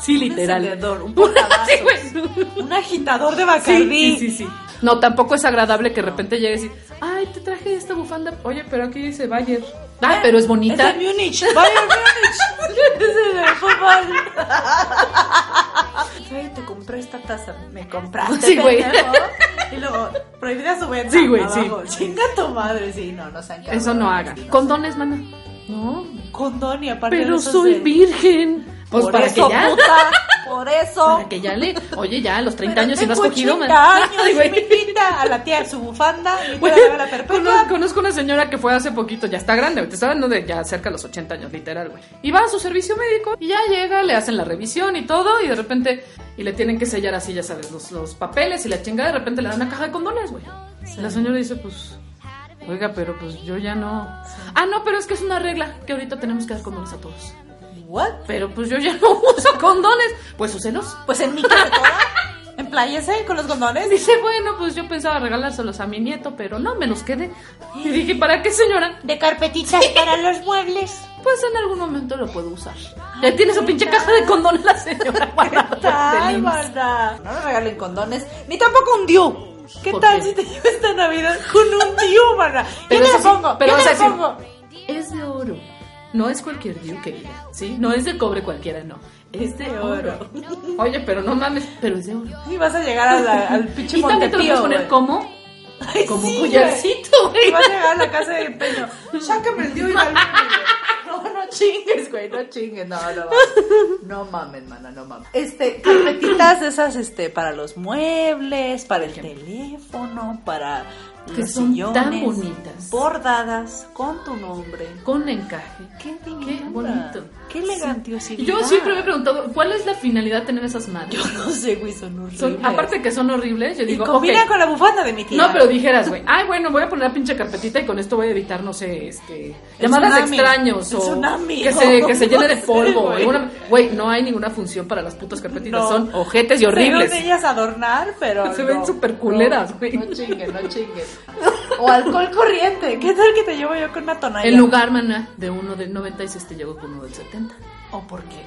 C: Sí, literal.
B: encendedor, un
C: Sí, güey.
B: Un agitador de Bacardí.
C: Sí, sí, sí. No, tampoco es agradable que de repente llegues y. Ay, te traje esta bufanda. Oye, pero aquí dice Bayer. Ah, pero es bonita.
B: Es de Múnich. Bayern Múnich. Es de fútbol. Güey, te compré esta taza. Me compraste.
C: Sí, güey.
B: pendejo. Y luego, prohibida su venta.
C: Sí, güey,
B: abajo. Chinga tu madre. Sí, no, no sean
C: Eso no haga. Condones, mana. No,
B: Condón y aparte de
C: Pero
B: esos
C: soy
B: de-
C: virgen. Pues
B: por
C: para
B: eso,
C: que ya.
B: puta. Por eso.
C: Para que ya le. Oye, ya a los 30
B: Pero
C: años si no has
B: tengo
C: cogido,
B: 80
C: man.
B: años
C: Ay,
B: y
C: güey.
B: mi pinta a la tía en su bufanda. Mi tía
C: Güey,
B: la vela perpetua.
C: Conozco, conozco una señora que fue hace poquito, ya está grande, te estaba hablando de ya cerca de los 80 años, literal, güey. Y va a su servicio médico y ya llega, le hacen la revisión y todo, y de repente, y le tienen que sellar así, ya sabes, los, los papeles y la chingada, de repente le dan una caja de condones, güey. La señora dice, pues, oiga, pero pues yo ya no. Ah, no, pero es que es una regla que ahorita tenemos que dar condones a todos.
B: What?
C: Pero pues yo ya no uso condones, pues úselos.
B: Pues en mi casa toda. En playa, ¿eh? Con los condones.
C: Dice, bueno, pues yo pensaba regalárselos a mi nieto, pero no, me los quedé. Y dije, ¿para qué, señora?
B: De carpetitas para los muebles.
C: Pues en algún momento lo puedo usar. Ya tiene su pinche caja de condones la señora.
B: Ay,
C: guardada del IMSS.
B: banda. No nos regalen condones, ni tampoco un diu. ¿Qué
C: ¿Por
B: tal
C: qué?
B: si te llevo esta Navidad con un diu, mana? Yo
C: Pero
B: le
C: es así,
B: pongo,
C: pero
B: yo
C: es
B: le
C: así.
B: pongo.
C: Es de oro. No es cualquier diu, querida. ¿Sí? No es de cobre cualquiera, no. Es de oro. Oye, pero no mames, pero es de oro.
B: Y vas a llegar a la- al pinche
C: Y también te lo
B: Montepío,
C: puedes poner
B: güey.
C: como,
B: Ay,
C: como
B: sí, güey.
C: collarcito,
B: Y
C: güey.
B: vas a llegar a la casa de empeño. Sácame el diu y dale. No, no chingues, güey, no chingues, no, no mames. No mames, mana, no mames. Este, carpetitas de esas, este, para los muebles, para el teléfono, para
C: Que
B: los
C: son
B: sillones.
C: tan bonitas.
B: Bordadas, con tu nombre.
C: Con encaje.
B: Qué,
C: Qué
B: divina.
C: bonito.
B: Qué elegantiosidad.
C: Yo siempre me he preguntado, ¿cuál es la finalidad de tener esas madres?
B: Yo no sé, güey, son horribles.
C: Son, aparte que son horribles, yo
B: y
C: digo,
B: combina
C: ok,
B: con la bufanda de mi tía.
C: No, pero dijeras, güey, ay, bueno, voy a poner la pinche carpetita y con esto voy a evitar, no sé, este, llamadas de
B: tsunami.
C: extraños
B: El
C: o
B: tsunami,
C: que
B: no,
C: se, que se
B: no
C: llene de
B: sé,
C: polvo.
B: güey.
C: alguna- Güey, no hay ninguna función para las putas carpetitas,
B: No.
C: son ojetes y
B: Según
C: horribles.
B: ellas adornar, pero
C: Se ven
B: no.
C: súper culeras, güey.
D: No chingues, no chingues.
B: O alcohol corriente. ¿Qué tal que te llevo yo con una tonalla?
C: En lugar, maná, de uno del 96 te llegó con uno del 70.
B: ¿O por qué?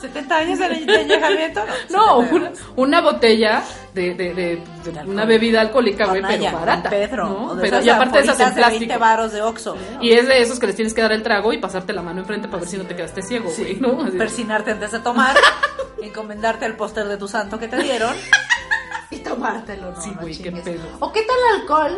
B: ¿70 años de de añejamiento?
C: No,
B: 70
C: una,
B: años.
C: una botella de, de, de- de
B: De
C: una
B: alcohol.
C: bebida alcohólica, güey,
B: Tonalla,
C: pero barata.
B: Don Pedro.
C: ¿no?
B: o de
C: Pero,
B: esas
C: y aparte de esas en
B: ampollitas de 20
C: plástico.
B: varos de Oxxo.
C: Y es de esos que les tienes que dar el trago y pasarte la mano enfrente para ver si no te quedaste ciego, güey, ¿no? Así de-
B: Persinarte antes de tomar. encomendarte al póster de tu santo que te dieron.
D: Y tomártelo, no,
C: Sí,
D: no
C: güey, qué
D: chingues.
C: pedo.
D: ¿O qué tal alcohol?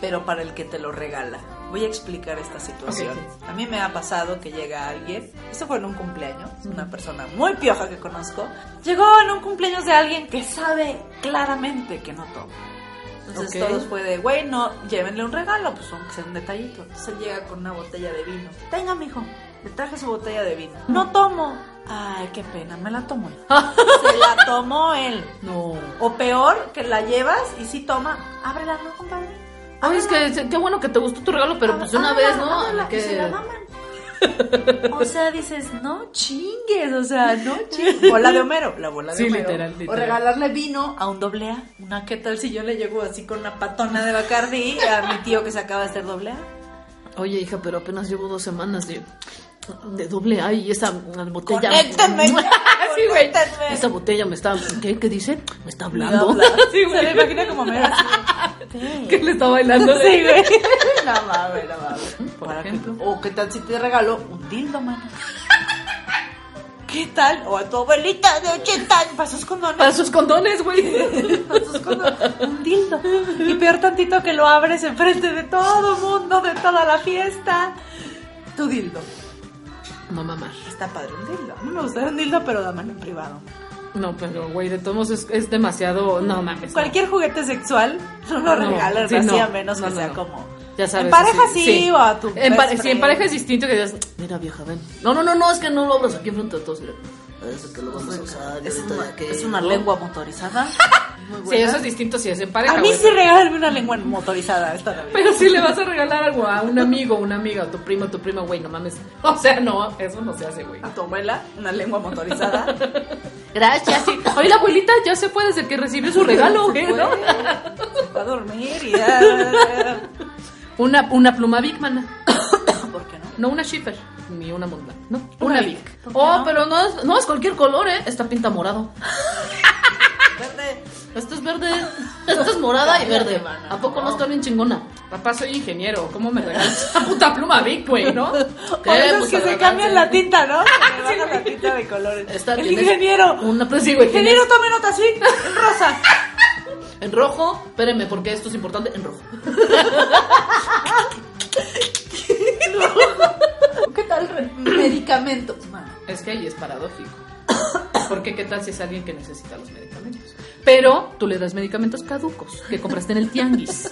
B: pero para el que te lo regala. Voy a explicar esta situación.
C: Ok,
B: A mí me ha pasado que llega alguien, esto fue en un cumpleaños, una persona muy pioja que conozco, llegó en un cumpleaños de alguien que sabe claramente que no toma. Entonces
C: Ok.
B: todos fue de, güey, no, llévenle un regalo, pues aunque sea un detallito. Entonces él llega con una botella de vino. Tenga, mijo, le traje su botella de vino. No tomo. Ay, qué pena, me la tomo yo. Se la tomó él.
C: No.
B: O peor, que la llevas y sí toma. Ábrela, no, compadre.
C: Ay, Ah, es que qué bueno que te gustó tu regalo, pero pues de una
B: Ah,
C: vez, ¿no?
B: ah, la que se la
C: Que...
B: maman. O sea, dices, no chingues, o sea, no chingues. Bola de Homero, la bola de
C: Sí,
B: Homero.
C: literal,
B: O
C: literal.
B: regalarle vino a un doble A. Una, ¿qué tal si yo le llego así con una patona de Bacardi a mi tío que se acaba de hacer doble A?
C: Oye, hija, pero apenas llevo dos semanas de, de doble A y esa botella...
B: Conéctenme.
C: sí, güey.
B: Conéctenme.
C: Esa botella me está... ¿Qué? ¿Qué dice? Me está
B: Me
C: hablando.
B: habla.
C: Sí,
B: se le
C: güey.
B: imagina como Homero. así.
C: Que le está bailando.
B: Sí, güey.
D: No mames, no mames.
C: Por
B: Para que-
C: ejemplo.
B: o qué tal si te regaló un dildo, mano. ¿Qué tal? O a tu abuelita de 80 años. Pasó con dones.
C: Para sus condones, güey.
B: Entonces, cuando un dildo. Y peor tantito que lo abres enfrente de todo mundo, de toda la fiesta. Tu dildo.
C: No, mamá.
B: Está padre un dildo. A mí me gustaría un dildo, pero la mano en privado.
C: No, pero, güey, de todos modos es, es demasiado... No, mames. no.
B: Cualquier juguete sexual no lo
C: Ah, No,
B: regalas
C: sí,
B: así
C: no.
B: a menos
C: No,
B: que
C: no,
B: sea
C: no.
B: como.
C: Ya sabes.
B: En pareja
C: así,
B: sí, o a tu.
C: En
B: best
C: pare- sí, en
B: friend.
C: pareja es distinto que digas,
D: Mira, vieja, ven. No, no, no, no, es que no lo abras aquí enfrente de todos. Mira, eso que lo vamos a usar.
B: Es
D: ahorita
B: una,
D: ya que-
B: es una
D: ¿no?
B: lengua motorizada. Muy
C: Sí,
B: buena.
C: eso es distinto si es en pareja.
B: a mí
C: güey.
B: sí regálame una lengua motorizada esta Navidad.
C: Pero si le vas a regalar algo a un amigo, una amiga, a tu primo, a tu prima, güey, no mames. O sea, no, eso no se hace, güey.
B: A tu abuela, una lengua motorizada. Ah,
C: Gracias, sí. Oye, la abuelita ya se fue desde que recibió su regalo, güey, ¿no?
B: Va a dormir y ya.
C: Una, una pluma Big, mana.
B: ¿Por qué no?
C: No una Schiffer, ni una Montblanc, ¿no?
B: Una
C: Una,
B: Bic.
C: Bic.
B: ¿Por qué
C: Oh,
B: no?
C: pero no es, no es cualquier color, ¿eh? Esta pinta morado.
B: Verde.
D: Esta es verde. Esta es morada y verde.
B: hermana,
D: ¿A poco no
B: no.
D: está bien chingona?
C: Papá, soy ingeniero, ¿cómo me regalas esta puta pluma Big, güey, no?
B: Por eso es
D: pues,
B: que se
D: adelante.
B: cambian la tinta, ¿no? Se le baja la tinta de colores.
D: Está
B: el
D: bien, es
B: ingeniero.
D: Una pues sí, güey,
B: Ingeniero, tome nota, sí. En rosa.
D: tienes- En rojo, espérenme, porque esto es importante. En rojo.
B: ¿Qué tal medicamentos, mano?
C: Es que ahí es paradójico. Porque qué tal si es alguien que necesita los medicamentos. Pero tú le das medicamentos caducos que compraste en el tianguis.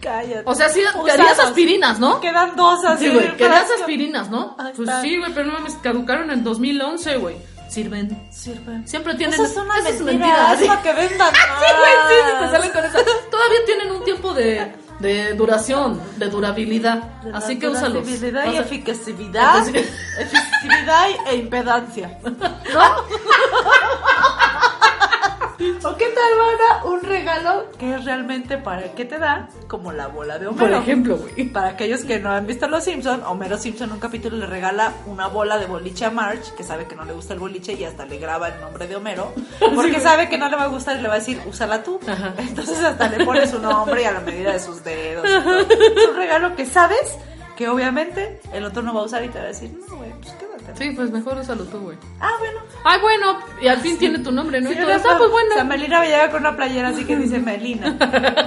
B: Cállate.
C: O sea, sí
B: Usados.
C: te harías aspirinas, ¿no?
B: quedan dos así.
C: Sí, güey,
B: en
C: que das
B: frasco.
C: aspirinas, ¿no?
B: Ahí
C: Pues
B: está.
C: sí, güey, pero no mames, caducaron en 2011, güey. Sirven.
B: Sirve.
C: Siempre tienen...
B: Eso es una
C: esa
B: mentira.
C: mentira,
B: es
C: sí.
B: lo que vendan.
C: Sí, güey, sí, sí, te
B: más.
C: salen con esa. Todavía tienen un tiempo de, de duración, de durabilidad.
B: De
C: Así
B: la
C: que úsalos.
B: durabilidad
C: O
B: y
C: sea,
B: eficacidad.
C: Entonces-
B: Efectividad e impedancia. ¿No? ¿O qué tal, Mana? Un regalo que es realmente para el que te dan, como la bola de
C: por
B: Homero.
C: ejemplo, güey.
B: Para aquellos que no han visto Los Simpson, Homero Simpson en un capítulo le regala una bola de boliche a Marge, que sabe que no le gusta el boliche y hasta le graba el nombre de Homero, porque sabe que no le va a gustar y le va a decir, úsala tú.
C: Ajá.
B: Entonces hasta le pone su nombre y a la medida de sus dedos. y todo. Es un regalo que sabes que obviamente el otro no va a usar y te va a decir, no, güey, pues quédate. tema.
C: Sí, pues mejor úsalo tú, güey.
B: Ah, bueno.
C: Ay, bueno, y al fin tiene tu nombre, ¿no?
B: Sí,
C: Y todas,
B: no,
C: ah, pues
B: O sea,
C: bueno.
B: Melina me llega con una playera así que dice Melina.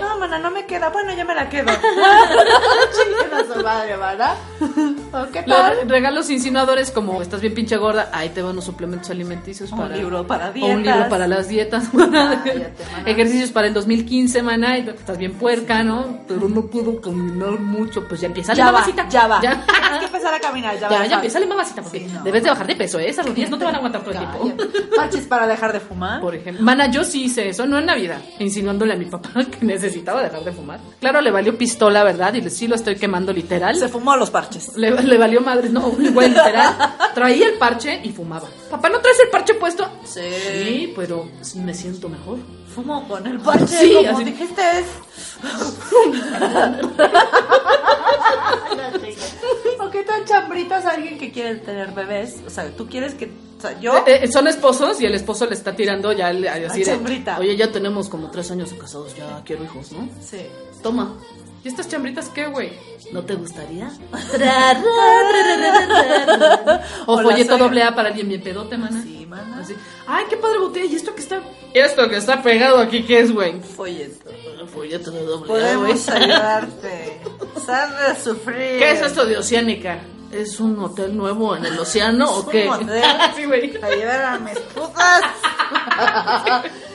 B: No, mana, no me queda. Bueno, yo me la quedo.
D: Chinga su madre, ¿verdad? ¿O qué
C: Los
D: tal?
C: re- regalos insinuadores como estás bien pinche gorda, ahí te van los suplementos alimenticios
B: Un
C: para...
B: libro para
C: O un libro
B: dietas. Ah,
C: para las dietas.
D: cállate, maná.
C: Ejercicios para el 2015, maná. Y estás bien puerca, ¿no? Pero no puedo caminar mucho. Pues ya empieza la
B: Ya va,
C: mamacita.
B: ya va.
C: Ya,
B: Ah, Hay que empezar a caminar. Ya,
C: ya,
B: va,
C: ya empieza la mamacita. Porque
D: Sí, no.
C: debes de bajar de peso, ¿eh? Esas rodillas no te van a aguantar todo el tiempo.
B: Cállate. Parches para dejar de fumar.
C: Por ejemplo. Mana, yo sí hice eso, no en Navidad, insinuándole a mi papá que necesitaba dejar de fumar. Claro, le valió pistola, ¿verdad? Y le- sí lo estoy quemando literal.
B: Se fumó los parches.
C: Le, le valió madre, no, güey, literal. Traía el parche y fumaba. Papá, ¿no traes el parche puesto?
D: Sí.
C: Sí, pero me siento mejor.
B: Fumo con el parche.
C: Sí,
B: como
C: así.
B: dijiste. ¿O qué tan chambritas alguien que quiere tener bebés? O sea, tú quieres que. O sea, yo.
C: Eh, eh, son esposos y el esposo le está tirando ya al- a decir,
B: Ay,
C: eh,
B: chambrita.
C: oye, ya tenemos como tres años de casados, ya quiero hijos, ¿no?
B: Sí.
C: Toma. ¿Y estas chambritas qué, güey?
D: ¿No te gustaría?
C: O
B: Hola,
C: folleto
B: soy-
C: doble A para alguien bien pedote, mana.
B: Pues Sí, mana.
C: Así, Ay, qué padre botella. ¿Y esto que está? Esto que está pegado aquí, ¿qué es, güey?
B: Folleto.
D: Folleto de
B: Pues
D: doble.
B: Podemos ayudarte. Sabe sufrir.
C: ¿Qué es esto de Oceánica?
D: ¿Es un hotel nuevo en el océano o qué?
B: Un hotel.
C: sí, güey.
B: ayudar a mis putas.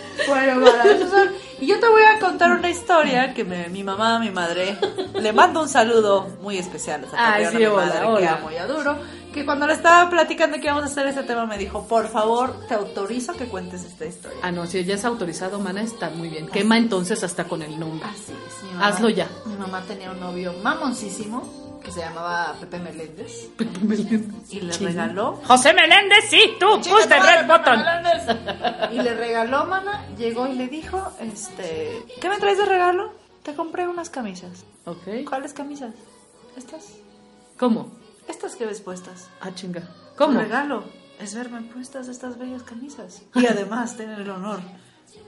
B: bueno, para eso son- Y yo te voy a contar una historia que me- mi mamá, mi madre, le mando un saludo muy especial. a
C: Ay,
B: Catriona,
C: sí,
B: mi
C: hola,
B: madre, que
C: hola.
B: amo y adoro. Que cuando le estaba platicando que íbamos a hacer este tema, me dijo: Por favor, te autorizo que cuentes esta historia.
C: Ah, no, si ya es autorizado, mana, está muy bien. Quema entonces hasta con el nombre.
B: Así es, mi
C: Hazlo ya.
B: Mi mamá tenía un novio mamoncísimo que se llamaba Pepe Meléndez y le regaló
C: José Meléndez, sí, tú, pusiste red button.
B: Y le regaló, mana, llegó y le dijo, este, ¿qué me traes de regalo? Te compré unas camisas.
C: Ok.
B: ¿Cuáles camisas? Estas.
C: ¿Cómo?
B: Estas que ves puestas.
C: Ah, chinga.
B: Tu
C: ¿Cómo?
B: regalo es verme puestas estas bellas camisas. Y además tener el honor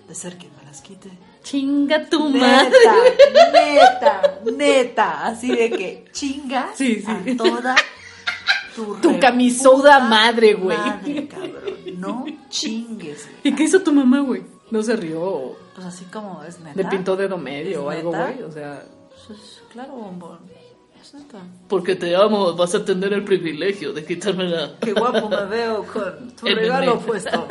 B: de ser quien me las quite.
C: Chinga tu
B: Neta,
C: madre.
B: neta, neta. Así de que chinga
C: Sí, sí.
B: a toda tu,
C: Tu
B: reputa
C: camisoda madre, güey.
B: madre, cabrón. No chingues. güey.
C: ¿Y qué hizo tu mamá, güey? No se rió. o
B: Pues así como es neta.
C: Le pintó dedo medio o
B: ¿Es
C: algo,
B: neta?
C: güey. O sea,
B: Pues, claro, bombón. Es neta.
D: Porque te amo, vas a tener el privilegio de quitarme la.
B: Qué guapo me veo con tu
D: El
B: regalo
D: meme.
B: puesto.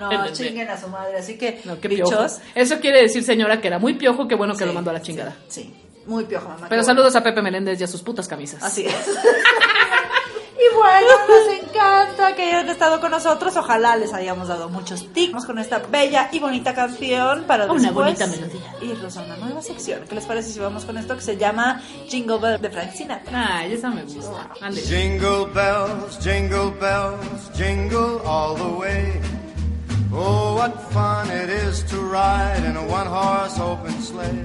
B: No,
D: El meme.
B: chinguen a su madre. Así que,
C: no, qué piojo.
B: bichos.
C: Eso quiere decir, señora, que era muy piojo, qué bueno que
B: sí,
C: lo mandó a la chingada.
B: Sí, sí. muy piojo, mamá.
C: Pero
B: qué
C: saludos a Pepe Meléndez y a sus putas camisas.
B: bueno. Así es. Y bueno, nos encanta que hayan estado con nosotros. Ojalá les hayamos dado muchos tips Vamos con esta bella y bonita canción para
D: Una
B: después
D: bonita melodía.
B: irnos a una nueva sección. ¿Qué les parece si vamos con esto que se llama Jingle Bell de Frank Sinatra?
C: Ay, esa Ah, me gusta. Ande.
E: Jingle bells, jingle bells, jingle all the way. Oh, what fun it is to ride in a one horse open sleigh.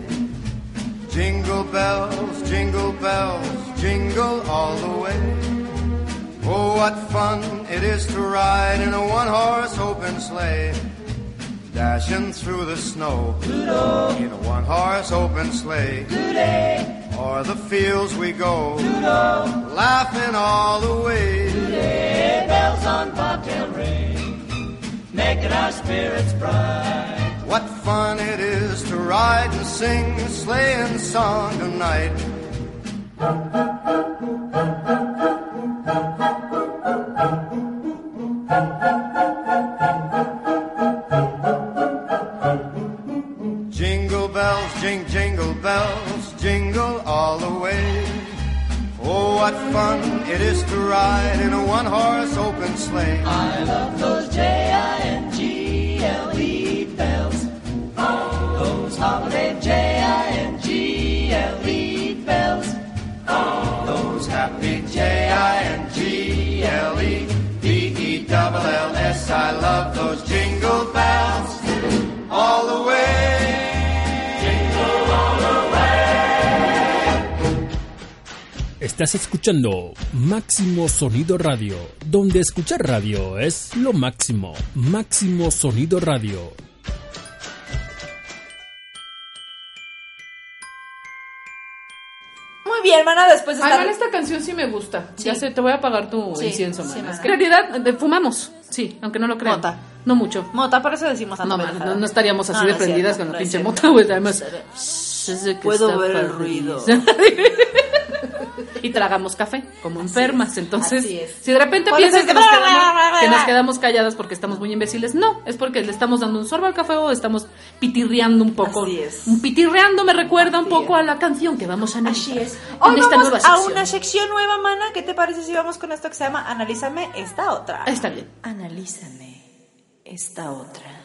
E: Jingle bells, jingle bells, jingle all the way. Oh, what fun it is to ride in a one horse open sleigh. Dashing through the snow in a one horse open sleigh. O'er the fields we go laughing all the way. bells on bobtail ring, making our spirits bright. What fun it is to ride and sing a sleighing song tonight. Jingle bells, jing, jingle bells, jingle all the way. Oh, what fun it is to ride in a one-horse open sleigh. E E those happy J-I-N-G-L-E E B-E-double-L-S I love those jingle bells all the way.
F: Estás escuchando Máximo Sonido Radio, donde escuchar radio es lo máximo. Máximo Sonido Radio.
B: Muy muy bien, mana, después de
C: Ay,
B: estar...
C: man, esta canción sí me gusta. Ya
B: Sí.
C: sé, te voy a pagar tu
B: Sí,
C: incienso,
B: sí,
C: mana.
B: mana.
C: Es que en realidad eh, fumamos, sí, aunque no lo crean.
B: Mota.
C: No mucho.
B: Mota, por eso decimos tanto
C: No, man,
B: pendejada.
C: no, no estaríamos
B: Ah,
C: así
B: No, no
C: de
B: es
C: prendidas
B: cierto,
C: con la
B: no es
C: pinche
B: cierto.
C: mota, güey. Además, pues,
B: Puedo ver el ruido.
C: y tragamos café, como enfermas. Entonces,
B: así es.
C: si de repente
B: Por eso
C: piensas
B: es
C: que
B: que-
C: nos, quedamos, que nos quedamos calladas porque estamos muy imbéciles, no, es porque le estamos dando un sorbo al café o estamos pitirreando un poco.
B: Así es.
C: Un pitirreando me recuerda un poco a la canción que vamos a
B: Hoy
C: analizar en esta
B: vamos
C: nueva
B: a
C: sección.
B: una sección nueva, mana. ¿Qué te parece si vamos con esto que se llama Analízame esta otra?
C: Está bien.
B: Analízame esta otra.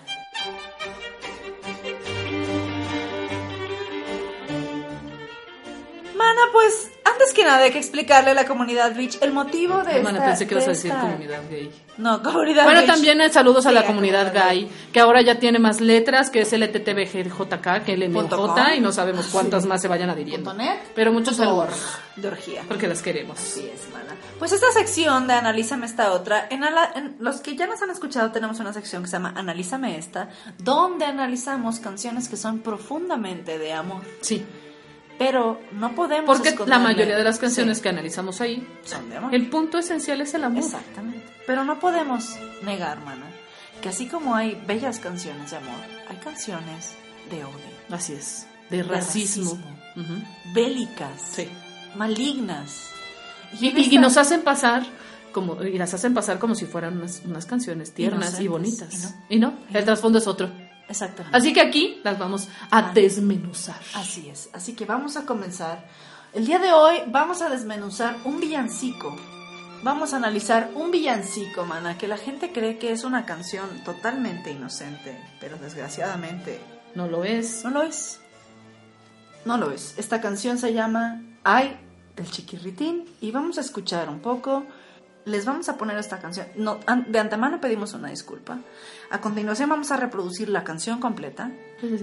B: Mana, pues antes que nada hay que explicarle a la comunidad Rich el motivo de
C: Hermana,
B: esta-
C: pensé que
B: de
C: ibas a decir
B: esta-
C: comunidad gay.
B: No, comunidad
C: Bueno,
B: Rich.
C: también eh, saludos a
B: Sí,
C: la comunidad gay, que ahora ya tiene más letras, que es LTTBGJK, que
B: Punto com.
C: LMJ, y no sabemos cuántas más se vayan adhiriendo.
B: Punto net.
C: Pero muchos saludos,
B: De orgía.
C: porque las queremos.
B: Así es, mana. Pues esta sección de Analízame esta otra, en, ala- en los que ya nos han escuchado tenemos una sección que se llama Analízame esta, donde analizamos canciones que son profundamente de amor,
C: Sí,
B: pero no podemos
C: porque la
B: esconderle-
C: mayoría de las canciones
B: Sí,
C: que analizamos ahí,
B: son de amor.
C: el punto esencial es el amor.
B: Exactamente. Pero no podemos negar, mana, que así como hay bellas canciones de amor, hay canciones de odio,
C: Así es, de racismo.
B: racismo.
C: Ujú.
B: bélicas,
C: Sí.
B: malignas.
C: Y,
B: en
C: y- y
B: esta-
C: nos hacen pasar como y las hacen pasar como si fueran unas, unas canciones tiernas y,
B: Inocentes,
C: bonitas. Y no, el trasfondo es otro.
B: Exactamente.
C: Así que aquí las vamos a desmenuzar.
B: Así es, así que vamos a comenzar. El día de hoy vamos a desmenuzar un villancico. Vamos a analizar un villancico, mana, que la gente cree que es una canción totalmente inocente, pero desgraciadamente
C: No lo es.
B: no lo es. No lo es. Esta canción se llama Ay del Chiquirritín y vamos a escuchar un poco. Les vamos a poner esta canción. No, an- de antemano pedimos una disculpa. A continuación vamos a reproducir la canción completa.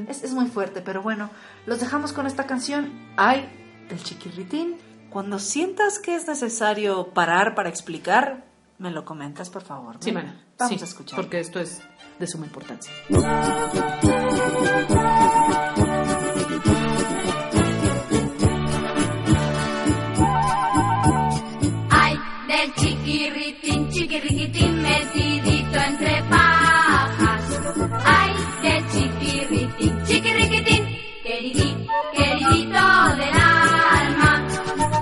B: Es, es muy fuerte, pero bueno, los dejamos con esta canción. Ay del Chiquirritín. Cuando sientas que es necesario parar para explicar, me lo comentas, por favor.
C: Sí,
B: ¿no?
C: mana.
B: Vamos
C: Sí,
B: a escuchar.
C: Porque esto es de suma importancia.
G: Ay, del chiquirritín, chiquirritín metidito entre pajas. Ay, del chiquirritín, chiquirritín, queridí, queridito del alma.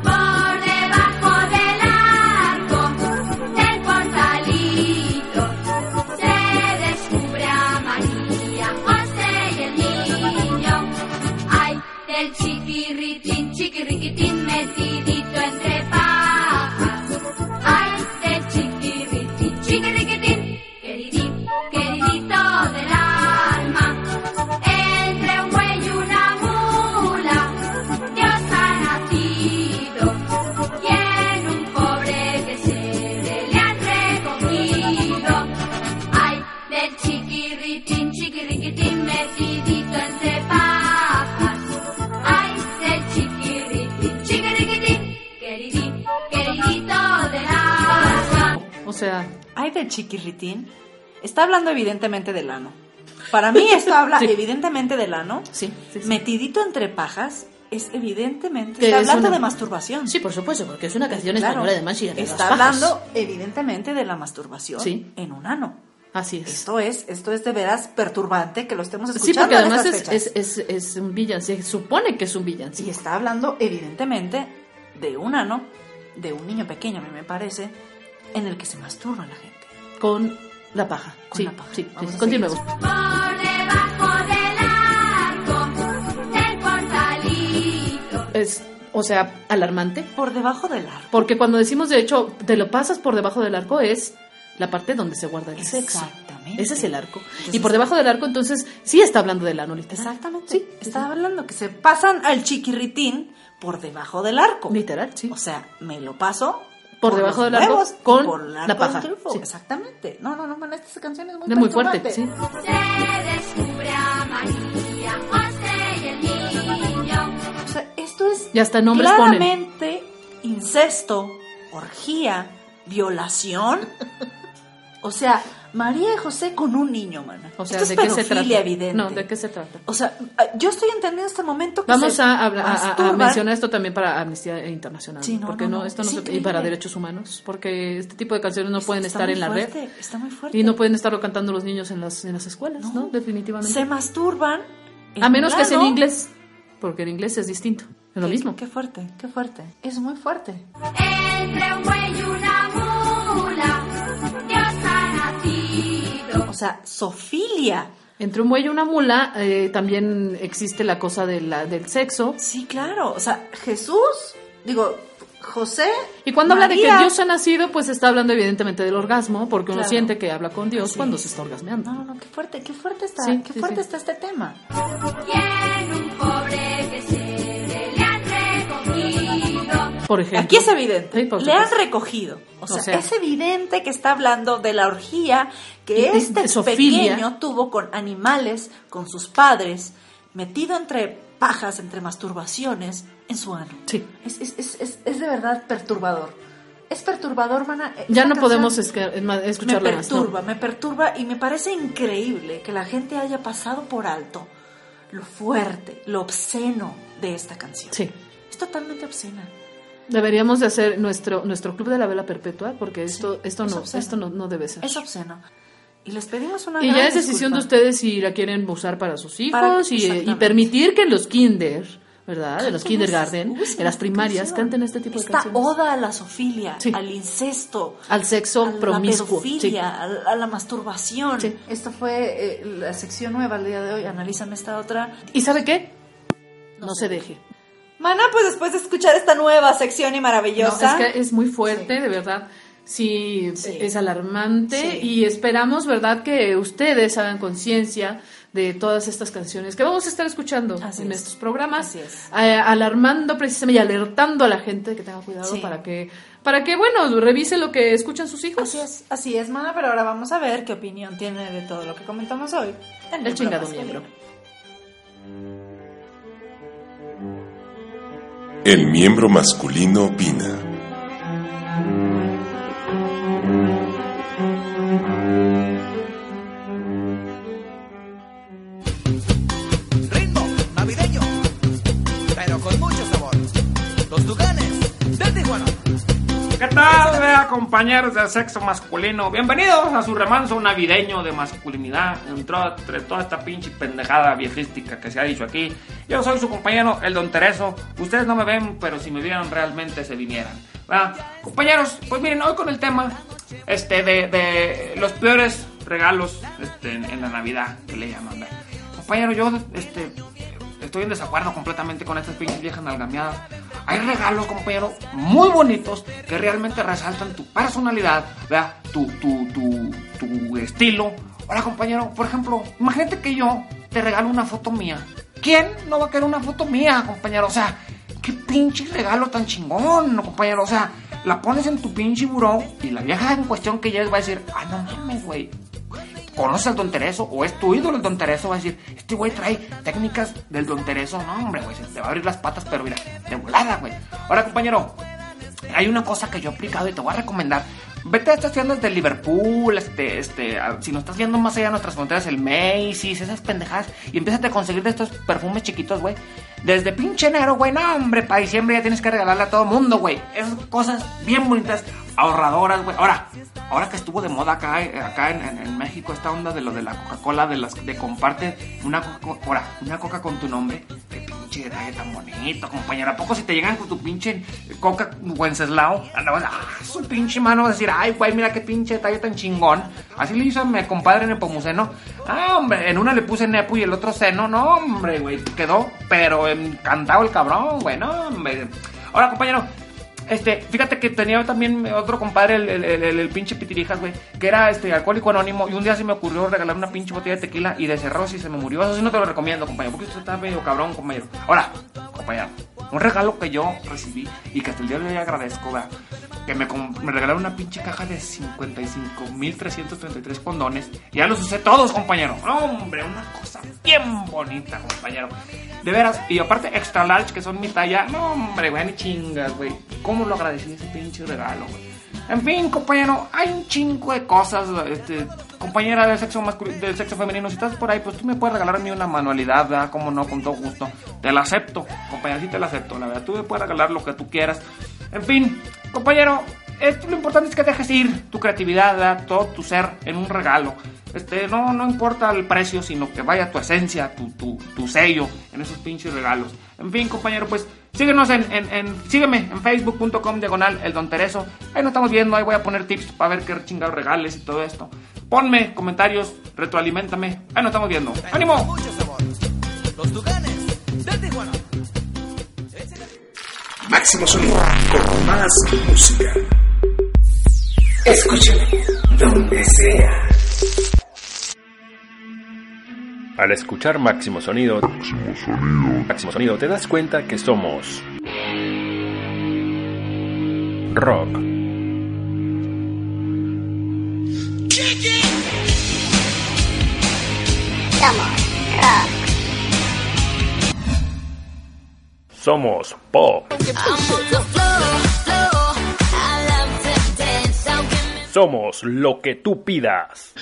G: Por debajo del arco del portalito se descubre a María, José y el niño. Ay, del chiquirritín, chiquirritín metidito entre pajas. Ay, del chiquirritín, chiquirritín, queridín, queridito del alma. Entre un buey y una mula, Dios ha nacido. Y en un pobre que se le han recogido. Ay, del chiquirritín, chiquirritín, metidito entre papas. Ay, del chiquirritín, chiquirritín, queridín, queridito del agua.
C: O sea,
B: Ay, del chiquirritín. Está hablando evidentemente del ano. Para mí esto habla
C: Sí.
B: evidentemente del ano.
C: sí, sí, sí.
B: Metidito entre pajas es evidentemente...
D: Que
B: Está
D: es
B: hablando
D: una-
B: de masturbación.
D: Sí, por supuesto, porque es una canción
B: Claro.
D: española además y de las
B: Está
D: pajas.
B: hablando evidentemente de la masturbación
C: Sí.
B: en un ano.
C: Así es.
B: Esto es, esto es de veras perturbante que lo estemos escuchando.
C: Sí, porque
B: en
C: además
B: estas
C: es,
B: fechas.
C: es, es, es un villancico. Se supone que es un
B: Y
C: villancico.
B: está hablando evidentemente de un ano, de un niño pequeño, a mí me parece, en el que se masturba la gente.
C: Con la paja.
B: Con
C: sí,
B: la paja.
C: sí,
B: Vamos
C: sí.
B: a
C: Continuemos.
G: Por debajo del arco del portalito.
C: Es, o sea, alarmante.
B: Por debajo del arco.
C: Porque cuando decimos, de hecho, te lo pasas por debajo del arco es la parte donde se guarda el sexo.
B: Exactamente.
C: Ese es el arco. y
B: Entonces-
C: por debajo del arco, entonces, sí está hablando del ano, literal.
B: Exactamente.
C: Sí,
B: Estaba hablando que se pasan al chiquirritín por debajo del arco.
C: Literal, sí.
B: O sea, me lo paso
C: Por debajo
B: los
C: del arco
B: huevos y
C: con
B: por el arco
C: la paja.
B: del triunfo.
C: Sí.
B: Exactamente. No, no, no, man, esta canción es muy,
C: De muy fuerte, sí.
B: perturbante.
G: Se descubre a María, José y el niño.
B: O sea, esto es
C: Y hasta nombres ponen.
B: claramente incesto, orgía, violación O sea, María y José con un niño, mana.
C: O sea,
B: Esto es
C: ¿de qué se
B: pedofilia
C: trata?
B: evidente.
C: No, ¿de qué se trata?
B: O sea, ah, yo estoy entendiendo este momento que
C: Vamos
B: se
C: a, habla- a- a- a
B: masturban.
C: mencionar esto también para Amnistía Internacional.
B: Sí, no,
C: porque
B: no,
C: no,
B: no,
C: esto no
B: es
C: se- y
B: increíble.
C: para derechos humanos, porque este tipo de canciones no
B: Está-
C: pueden
B: está
C: estar
B: muy
C: en la
B: fuerte,
C: red
B: Está muy fuerte.
C: y no pueden estarlo cantando los niños en las en las escuelas, ¿no? Definitivamente.
B: Se masturban. en
C: a menos
B: un
C: que sea en
B: lado.
C: inglés, porque en inglés es distinto. Es lo
B: Qué-
C: mismo.
B: Qué fuerte, qué fuerte. Es muy fuerte.
G: Entre un buey y una mula, Dios ha nacido.
B: O sea, sofilia.
C: Entre un buey y una mula eh, también existe la cosa de la, del sexo.
B: Sí, claro. O sea, Jesús, digo, José.
C: Y cuando habla de que
B: María.
C: Dios ha nacido, pues está hablando evidentemente del orgasmo, porque uno
B: Claro.
C: siente que habla con Dios cuando se está
B: No,
C: orgasmeando.
B: no, no, qué fuerte, qué fuerte está,
C: Sí,
B: qué
C: sí,
B: fuerte
C: sí.
B: está este tema.
G: Y en un pobre que se le han recogido.
C: Por ejemplo.
B: Aquí es evidente.
C: Sí, por
B: Le han
C: supuesto.
B: recogido. O sea,
C: sea.
B: es evidente que está hablando de la orgía que
C: Y- y
B: este
C: de sofilia.
B: pequeño tuvo con animales, con sus padres, metido entre pajas, entre masturbaciones, en su ano.
C: Sí.
B: Es, es, es, es, es de verdad perturbador. Es perturbador, mana. Eh,
C: Ya
B: esta
C: no podemos
B: canción
C: esca- es más,
B: Me
C: escucharlo más, ¿no?
B: perturba, me perturba y me parece increíble que la gente haya pasado por alto lo fuerte, lo obsceno de esta canción.
C: Sí.
B: Es totalmente obscena.
C: Deberíamos de hacer nuestro, nuestro club de la vela perpetua, porque esto,
B: Sí,
C: esto,
B: es
C: no,
B: obsceno.
C: esto no, no debe ser.
B: Es obsceno. Y les pedimos una
C: y
B: gran
C: ya es decisión de
B: disculpa.
C: ustedes si la quieren usar para sus hijos
B: Para-
C: y, eh, y
B: exactamente.
C: permitir que los kinder, ¿verdad? De los
B: Canten
C: kindergarten,
B: esas- usen
C: en las
B: esta
C: primarias,
B: canción.
C: canten este tipo de
B: Esta
C: canciones.
B: oda a la sofilia,
C: Sí.
B: al incesto,
C: Al sexo
B: a la
C: promiscuo. sí.
B: pedofilia, a la- a la masturbación.
C: Sí.
B: Esto fue eh, la sección nueva el día de hoy. Analízame esta otra.
C: ¿Y sabe qué? No, se deje.
B: Mana, pues después de escuchar esta nueva sección y
C: No,
B: maravillosa.
C: es que es muy fuerte, de verdad. Sí,
B: Sí.
C: es alarmante
B: Sí.
C: y esperamos, ¿verdad?, que ustedes hagan conciencia de todas estas canciones que vamos a estar escuchando
B: Así
C: en
B: es.
C: estos programas,
B: Así es.
C: eh, alarmando precisamente y alertando a la gente que tenga cuidado
B: Sí.
C: para que, para que, bueno, revise lo que escuchan sus hijos.
B: Así es, así es, Mana, pero ahora vamos a ver qué opinión tiene de todo lo que comentamos hoy. en
C: El chingado
B: Bromas
C: miembro.
B: Calientes.
H: El miembro masculino opina.
I: ritmo navideño, pero con mucho sabor. Los Tucanes del Tijuana.
J: ¿Qué tal, vea, compañeros del sexo masculino? Bienvenidos a su remanso navideño de masculinidad entró entre toda esta pinche pendejada viejística que se ha dicho aquí. Yo soy su compañero, el Don Tereso. Ustedes no me ven, pero si me vieran realmente se vinieran. ¿verdad? Compañeros, pues miren, hoy con el tema este, de, de los peores regalos este, en, en la Navidad, que le llaman. ¿verdad? Compañero, yo este, estoy en desacuerdo completamente con estas pinches viejas nalgameadas. Hay regalos, compañero, muy bonitos que realmente resaltan tu personalidad, ¿verdad? Tu, tu, tu, tu estilo. Hola, compañero, por ejemplo, imagínate que yo te regalo una foto mía. ¿Quién no va a querer una foto mía, compañero? O sea, qué pinche regalo tan chingón, ¿no, compañero. O sea, la pones en tu pinche buró y la vieja en cuestión que llegues va a decir, ah, no mames, güey conoce al Don Tereso o es tu ídolo el Don Tereso, va a decir, este güey trae técnicas del Don Tereso. No, hombre, güey, se te va a abrir las patas, pero mira, de volada, güey. Ahora, compañero, hay una cosa que yo he aplicado y te voy a recomendar. Vete a estas tiendas de Liverpool, este, este, a- si no estás viendo más allá de nuestras fronteras, el Macy's, esas pendejadas, y empiezas a conseguir de estos perfumes chiquitos, güey. Desde pinche enero, güey, no, hombre, para diciembre ya tienes que regalarle a todo mundo, güey. Esas cosas bien bonitas, ahorradoras, güey. Ahora, ahora que estuvo de moda acá, eh, acá en, en- en México esta onda de lo de la Coca-Cola, de las de comparte una Coca, ahora, una Coca con tu nombre, qué pinche detalle tan bonito, compañero. ¿A poco si te llegan con tu pinche Coca Wenceslao? Andabas, ah, su pinche mano, vas a decir, ay, güey, mira qué pinche detalle tan chingón. Así le hizo a mi compadre en el Pomuceno. Ah, hombre, en una le puse Nepu y el otro Seno. No, hombre, güey, quedó, pero encantado el cabrón, güey, no, hombre. Ahora, compañero, este, fíjate que tenía también otro compadre, el, el, el- el pinche pitirijas, güey, que era este alcohólico anónimo. Y un día se me ocurrió regalar una pinche botella de tequila y de cerros y se me murió. Eso sí no te lo recomiendo, compañero, porque usted está medio cabrón, compañero. Ahora, compañero, un regalo que yo recibí y que hasta el día de hoy agradezco, ¿verdad? Que me, com- me regalaron una pinche caja de 55.333 condones. Ya los usé todos, compañero. No, hombre, una cosa bien bonita, compañero. De veras, y aparte extra large, que son mi talla. No, hombre, güey, ni chingas, güey. ¿Cómo lo agradecí ese pinche regalo, güey? En fin, compañero, hay un chingo de cosas. Este, compañera del sexo masculino, del sexo femenino, si estás por ahí, pues tú me puedes regalar a mí una manualidad, ¿verdad? Como no, con todo gusto. Te la acepto, compañera, sí te la acepto, la verdad. Tú me puedes regalar lo que tú quieras. En fin, compañero, esto, lo importante es que dejes ir tu creatividad, ¿verdad? todo tu ser en un regalo. Este, no, no importa el precio, sino que vaya tu esencia, tu, tu, tu sello en esos pinches regalos. En fin, compañero, pues síguenos en, en- en- sígueme en facebook.com diagonal el don Tereso. Ahí nos estamos viendo, ahí voy a poner tips para ver qué chingados regales y todo esto. Ponme comentarios, retroalimentame. Ahí nos estamos viendo. ¡Ánimo!
I: Los Tucanes del Tijuana.
K: Máximo sonido con más música. Escúchame donde sea.
L: Al escuchar Máximo Sonido, Máximo Sonido, te das cuenta que somos rock, somos pop, somos lo que tú pidas.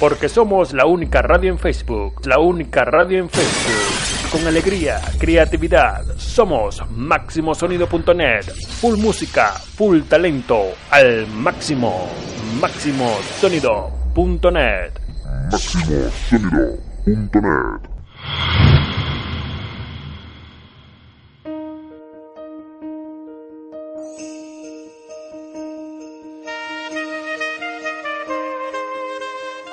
L: Porque somos la única radio en Facebook, la única radio en Facebook. Con alegría, creatividad, somos máximosonido.net. Full música, full talento, al máximo. Máximosonido.net.
H: Máximosonido.net.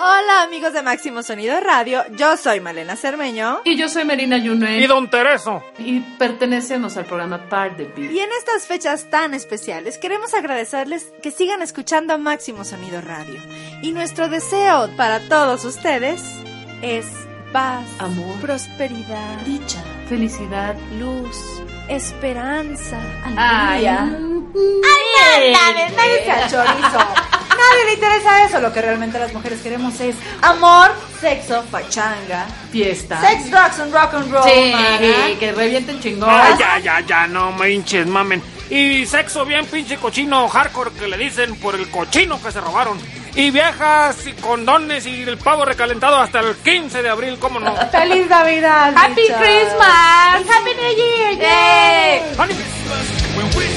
B: Hola amigos de Máximo Sonido Radio, yo soy Malena Cermeño.
C: Y yo soy Merina Yunuel.
B: Y Don
J: Tereso.
C: Y pertenecemos al programa Part de Beat.
B: Y en estas fechas tan especiales queremos agradecerles que sigan escuchando Máximo Sonido Radio. Y nuestro deseo para todos ustedes es paz,
C: amor,
B: prosperidad,
C: dicha, felicidad,
B: luz, esperanza,
C: Ay,
B: alegría.
C: Ay,
B: Nadie,
C: sí.
B: nadie se achorizo. Nadie le interesa eso. Lo que realmente las mujeres queremos es amor, sexo, pachanga,
C: fiesta.
B: sex, drugs and rock and roll.
C: Sí,
B: mana.
C: que revienten chingón.
J: Ay, ya, ya, ya, no manches, mamen. Y sexo bien pinche cochino hardcore que le dicen por el cochino que se robaron. Y viejas y condones y el pavo recalentado hasta el 15 de abril, ¿cómo no?
B: Feliz Navidad.
C: Happy
B: bichos.
C: Christmas.
B: Y Happy New Year.
C: Yay.
B: yay.
J: Honey,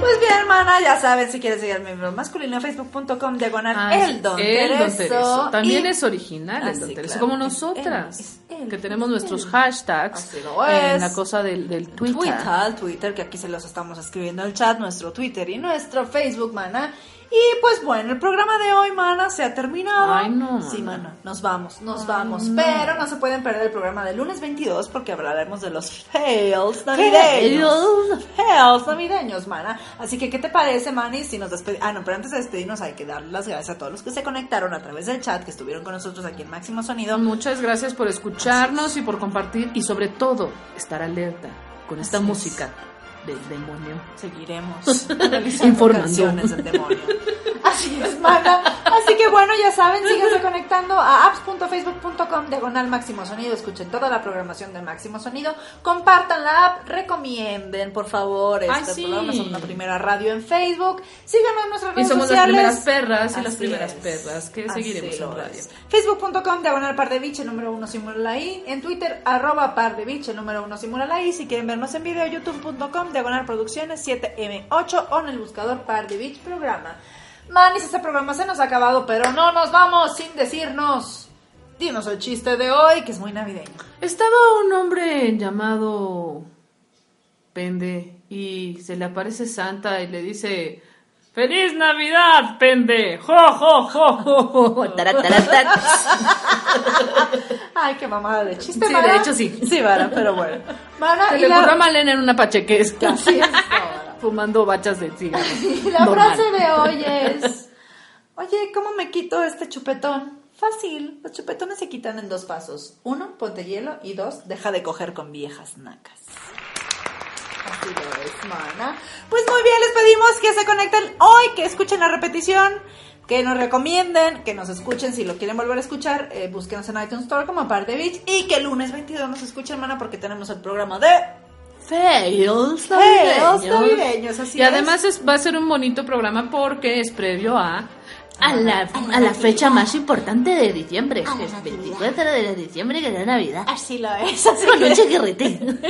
B: Pues bien, hermana, ya saben, si quieres seguir al miembro masculino, facebook.com, diagonal,
C: Ah, sí,
B: el don Tereso.
C: Tereso. También
B: Y-
C: es original
B: Ah,
C: el don
B: sí,
C: Tereso,
B: claro,
C: como
B: es
C: nosotras, que tenemos
B: es
C: nuestros
B: él.
C: hashtags
B: lo
C: en
B: es.
C: la cosa del, del Twitter.
B: Twitter, Twitter, que aquí se los estamos escribiendo en el chat, nuestro Twitter y nuestro Facebook, mana. Y pues bueno, el programa de hoy, mana, se ha terminado.
C: Ay, no,
B: Sí,
C: mana.
B: mana, nos vamos, nos vamos.
C: no.
B: Pero no se pueden perder el programa del lunes 22 porque hablaremos de los fails
C: Fails.
B: navideños. Fails navideños, mana. Así que, ¿qué te parece, Mani? Si nos despedimos. Ah, no, pero antes de despedirnos hay que dar las gracias a todos los que se conectaron a través del chat, que estuvieron con nosotros aquí en Máximo Sonido.
C: Muchas gracias por escucharnos y por compartir y sobre todo estar alerta con esta
B: Así es.
C: música del demonio.
B: Seguiremos
C: Informando.
B: canciones del demonio. Así es, mana. Así que bueno, ya saben, síganse conectando a apps.facebook.com diagonal máximo sonido. Escuchen toda la programación de máximo sonido. Compartan la app, recomienden, por favor. Este
C: Ay, sí.
B: programa somos la primera radio en Facebook. Síganos en nuestras
C: Y
B: redes
C: somos las
B: sociales.
C: primeras perras y las
B: Así
C: primeras
B: es.
C: perras que
B: Así
C: seguiremos en
B: lo
C: radio.
B: es. Facebook.com diagonal par de biche número uno simulala i. En Twitter arroba par de biche número uno simulala i. Si quieren vernos en video youtube.com diagonal producciones 7m8 o en el buscador par de biche programa. Manis, este programa se nos ha acabado, pero no nos vamos sin decirnos. Dinos el chiste de hoy, que es muy navideño.
C: Estaba un hombre llamado Pende y se le aparece Santa y le dice ¡Feliz Navidad, Pende! ¡Jo, jo, jo, jo, jo, jo!
B: Ay, qué mamada de chiste,
C: Sí,
B: Mara.
C: de hecho sí.
B: Sí, Mara, pero bueno. Mara,
C: Se
B: y
C: le
B: la-
C: ocurrió a Malena en una pachequesca.
B: Así es, Mara.
C: fumando bachas de cigarro.
B: La
C: Normal.
B: frase de hoy es, oye, ¿cómo me quito este chupetón? Fácil, los chupetones se quitan en dos pasos. Uno, ponte hielo y dos, deja de coger con viejas nacas. Así lo es, mana. Pues muy bien, les pedimos que se conecten hoy, que escuchen la repetición, que nos recomienden, que nos escuchen si lo quieren volver a escuchar, eh, búsquenos en iTunes Store como Aparte Beach y que el lunes 22 nos escuchen, mana, porque tenemos el programa de
C: Fails
B: Fails
C: navideños.
B: navideños, así
C: Y
B: es.
C: además es- va a ser un bonito programa porque es previo a...
G: A la, a la fecha más importante de diciembre, que es 24 de diciembre, que es la Navidad.
B: Así lo es, así
G: Con un
B: es.
G: chiquirritín.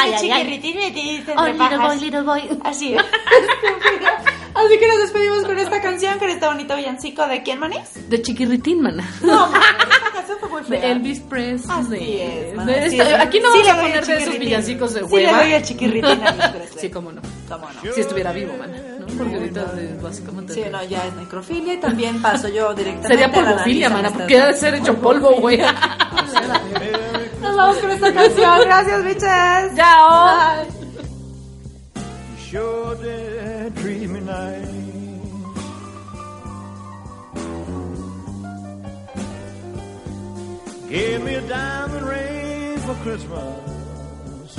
G: Ay, ay, ay. Oh, little boy, little boy.
B: Así es. Así que nos despedimos con esta canción, con este bonito villancico de quién, Manis?
C: De chiquirritín, mana.
B: No, manis, esta canción fue muy fea.
C: De Elvis Presley.
B: Así es, mana,
C: De
B: sí,
C: esta-
B: sí.
C: aquí no
B: Sí
C: vamos
B: le
C: a
B: doy el
C: poner de esos
B: chiquirritín.
C: villancicos de
B: Sí le
C: hueva.
B: doy el chiquirritín a Elvis Presley.
C: Sí, cómo no.
B: Cómo no.
C: Si estuviera vivo, mana. ¿no? Porque ahorita eh, básicamente...
B: Sí, no, ya es necrofilia y también paso yo directamente.
C: Sería
B: a la
C: polvofilia,
B: analización
C: mana,
B: de
C: porque ha de ser hecho polvo, güey.
B: estas- Nos vamos con esta canción. Gracias, bichas.
C: Chao.
B: Bye.
M: sure did treat me nice. Gave me a diamond ring for Christmas.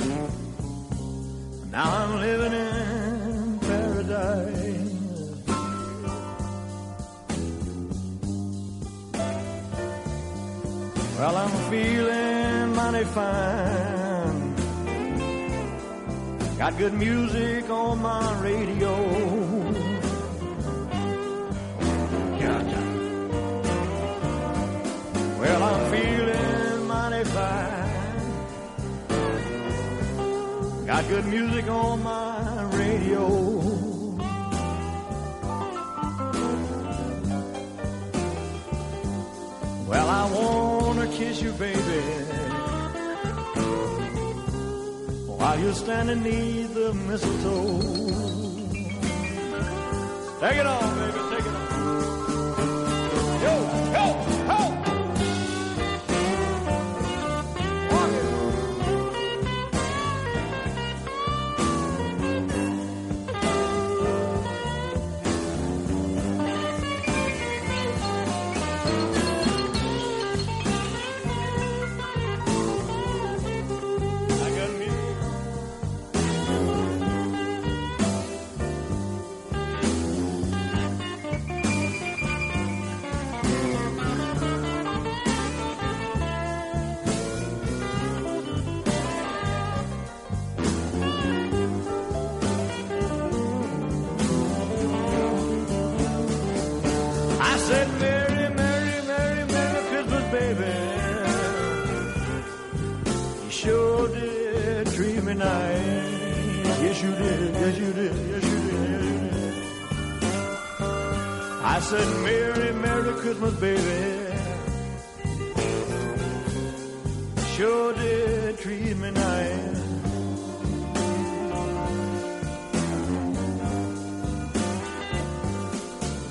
M: Now I'm living in paradise. Well, I'm feeling mighty fine. Got good music on my radio. Gotcha. Well, I'm feeling mighty fine. Got good music on my radio. Well, I wanna kiss you, baby while you're standing neath the mistletoe. Take it off, baby, take it off. Yo, yo, ho! Walk it. I got me. I said, Merry, Merry, Merry, Merry Christmas, baby. You sure did treat me nice. Yes, you did. Yes, you did. Yes, you did. Yes, you did. I said, Merry, Merry Christmas, baby. Sure did treat me nice.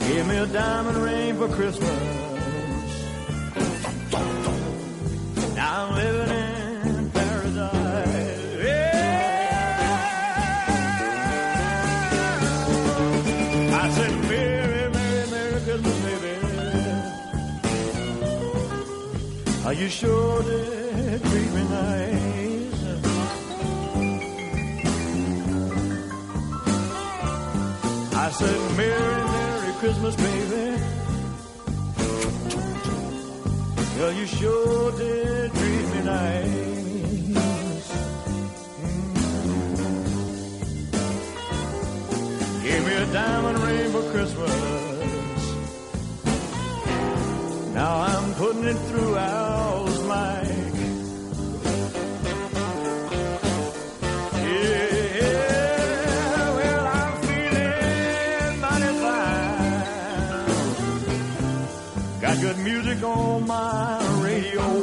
M: Give me a diamond ring for Christmas. Now I'm living in paradise. Yeah. I said, Merry, Merry, Merry Christmas, baby. Are you sure did treat me nice? I said, Merry, Merry Christmas, baby. Well, you sure did treat me nice. Mm. Gave me a diamond ring for Christmas. Now I'm putting it through Al's mic. Yeah, well, I'm feeling mighty fine. Got good music on my radio.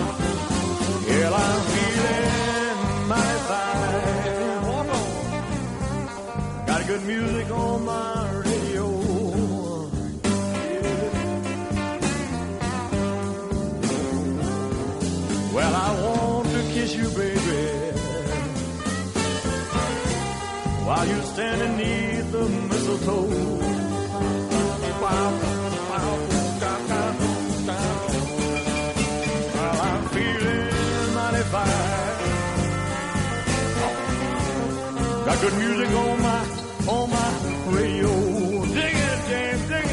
M: Well, I'm feeling mighty fine. Got good music on my radio. Well, I want to kiss kiss you, baby. While you stand beneath the mistletoe. Wow, wow, da, da, da. Well, I'm feeling mighty fine. Got good music on my, on my radio. Dig it, James, dig it.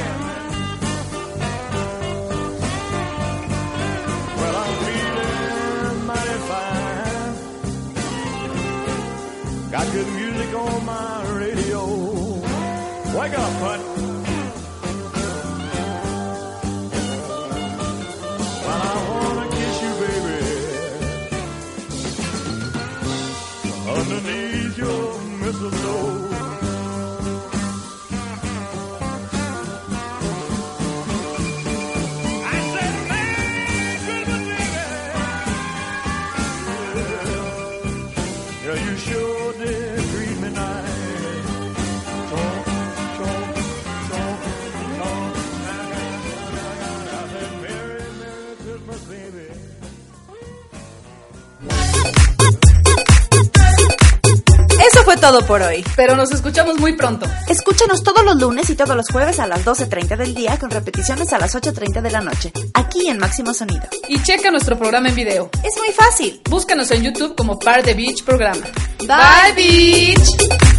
M: Well, I'm feeling mighty fine. Got good music on my radio. Wake up, hut. Well, I wanna kiss you, baby. Underneath your mistletoe. Yeah, you sure did treat me nice. Chomp, chomp, chomp, chomp. I said, Merry, Merry Christmas, baby.
B: Eso fue todo por hoy, pero nos escuchamos muy pronto. Escúchanos todos los lunes y todos los jueves a las 12.30 del día con repeticiones a las 8.30 de la noche, aquí en Máximo Sonido.
C: Y checa nuestro programa en video.
B: Es muy fácil.
C: Búscanos en YouTube como Par de Beach Programa.
B: Bye, bitch.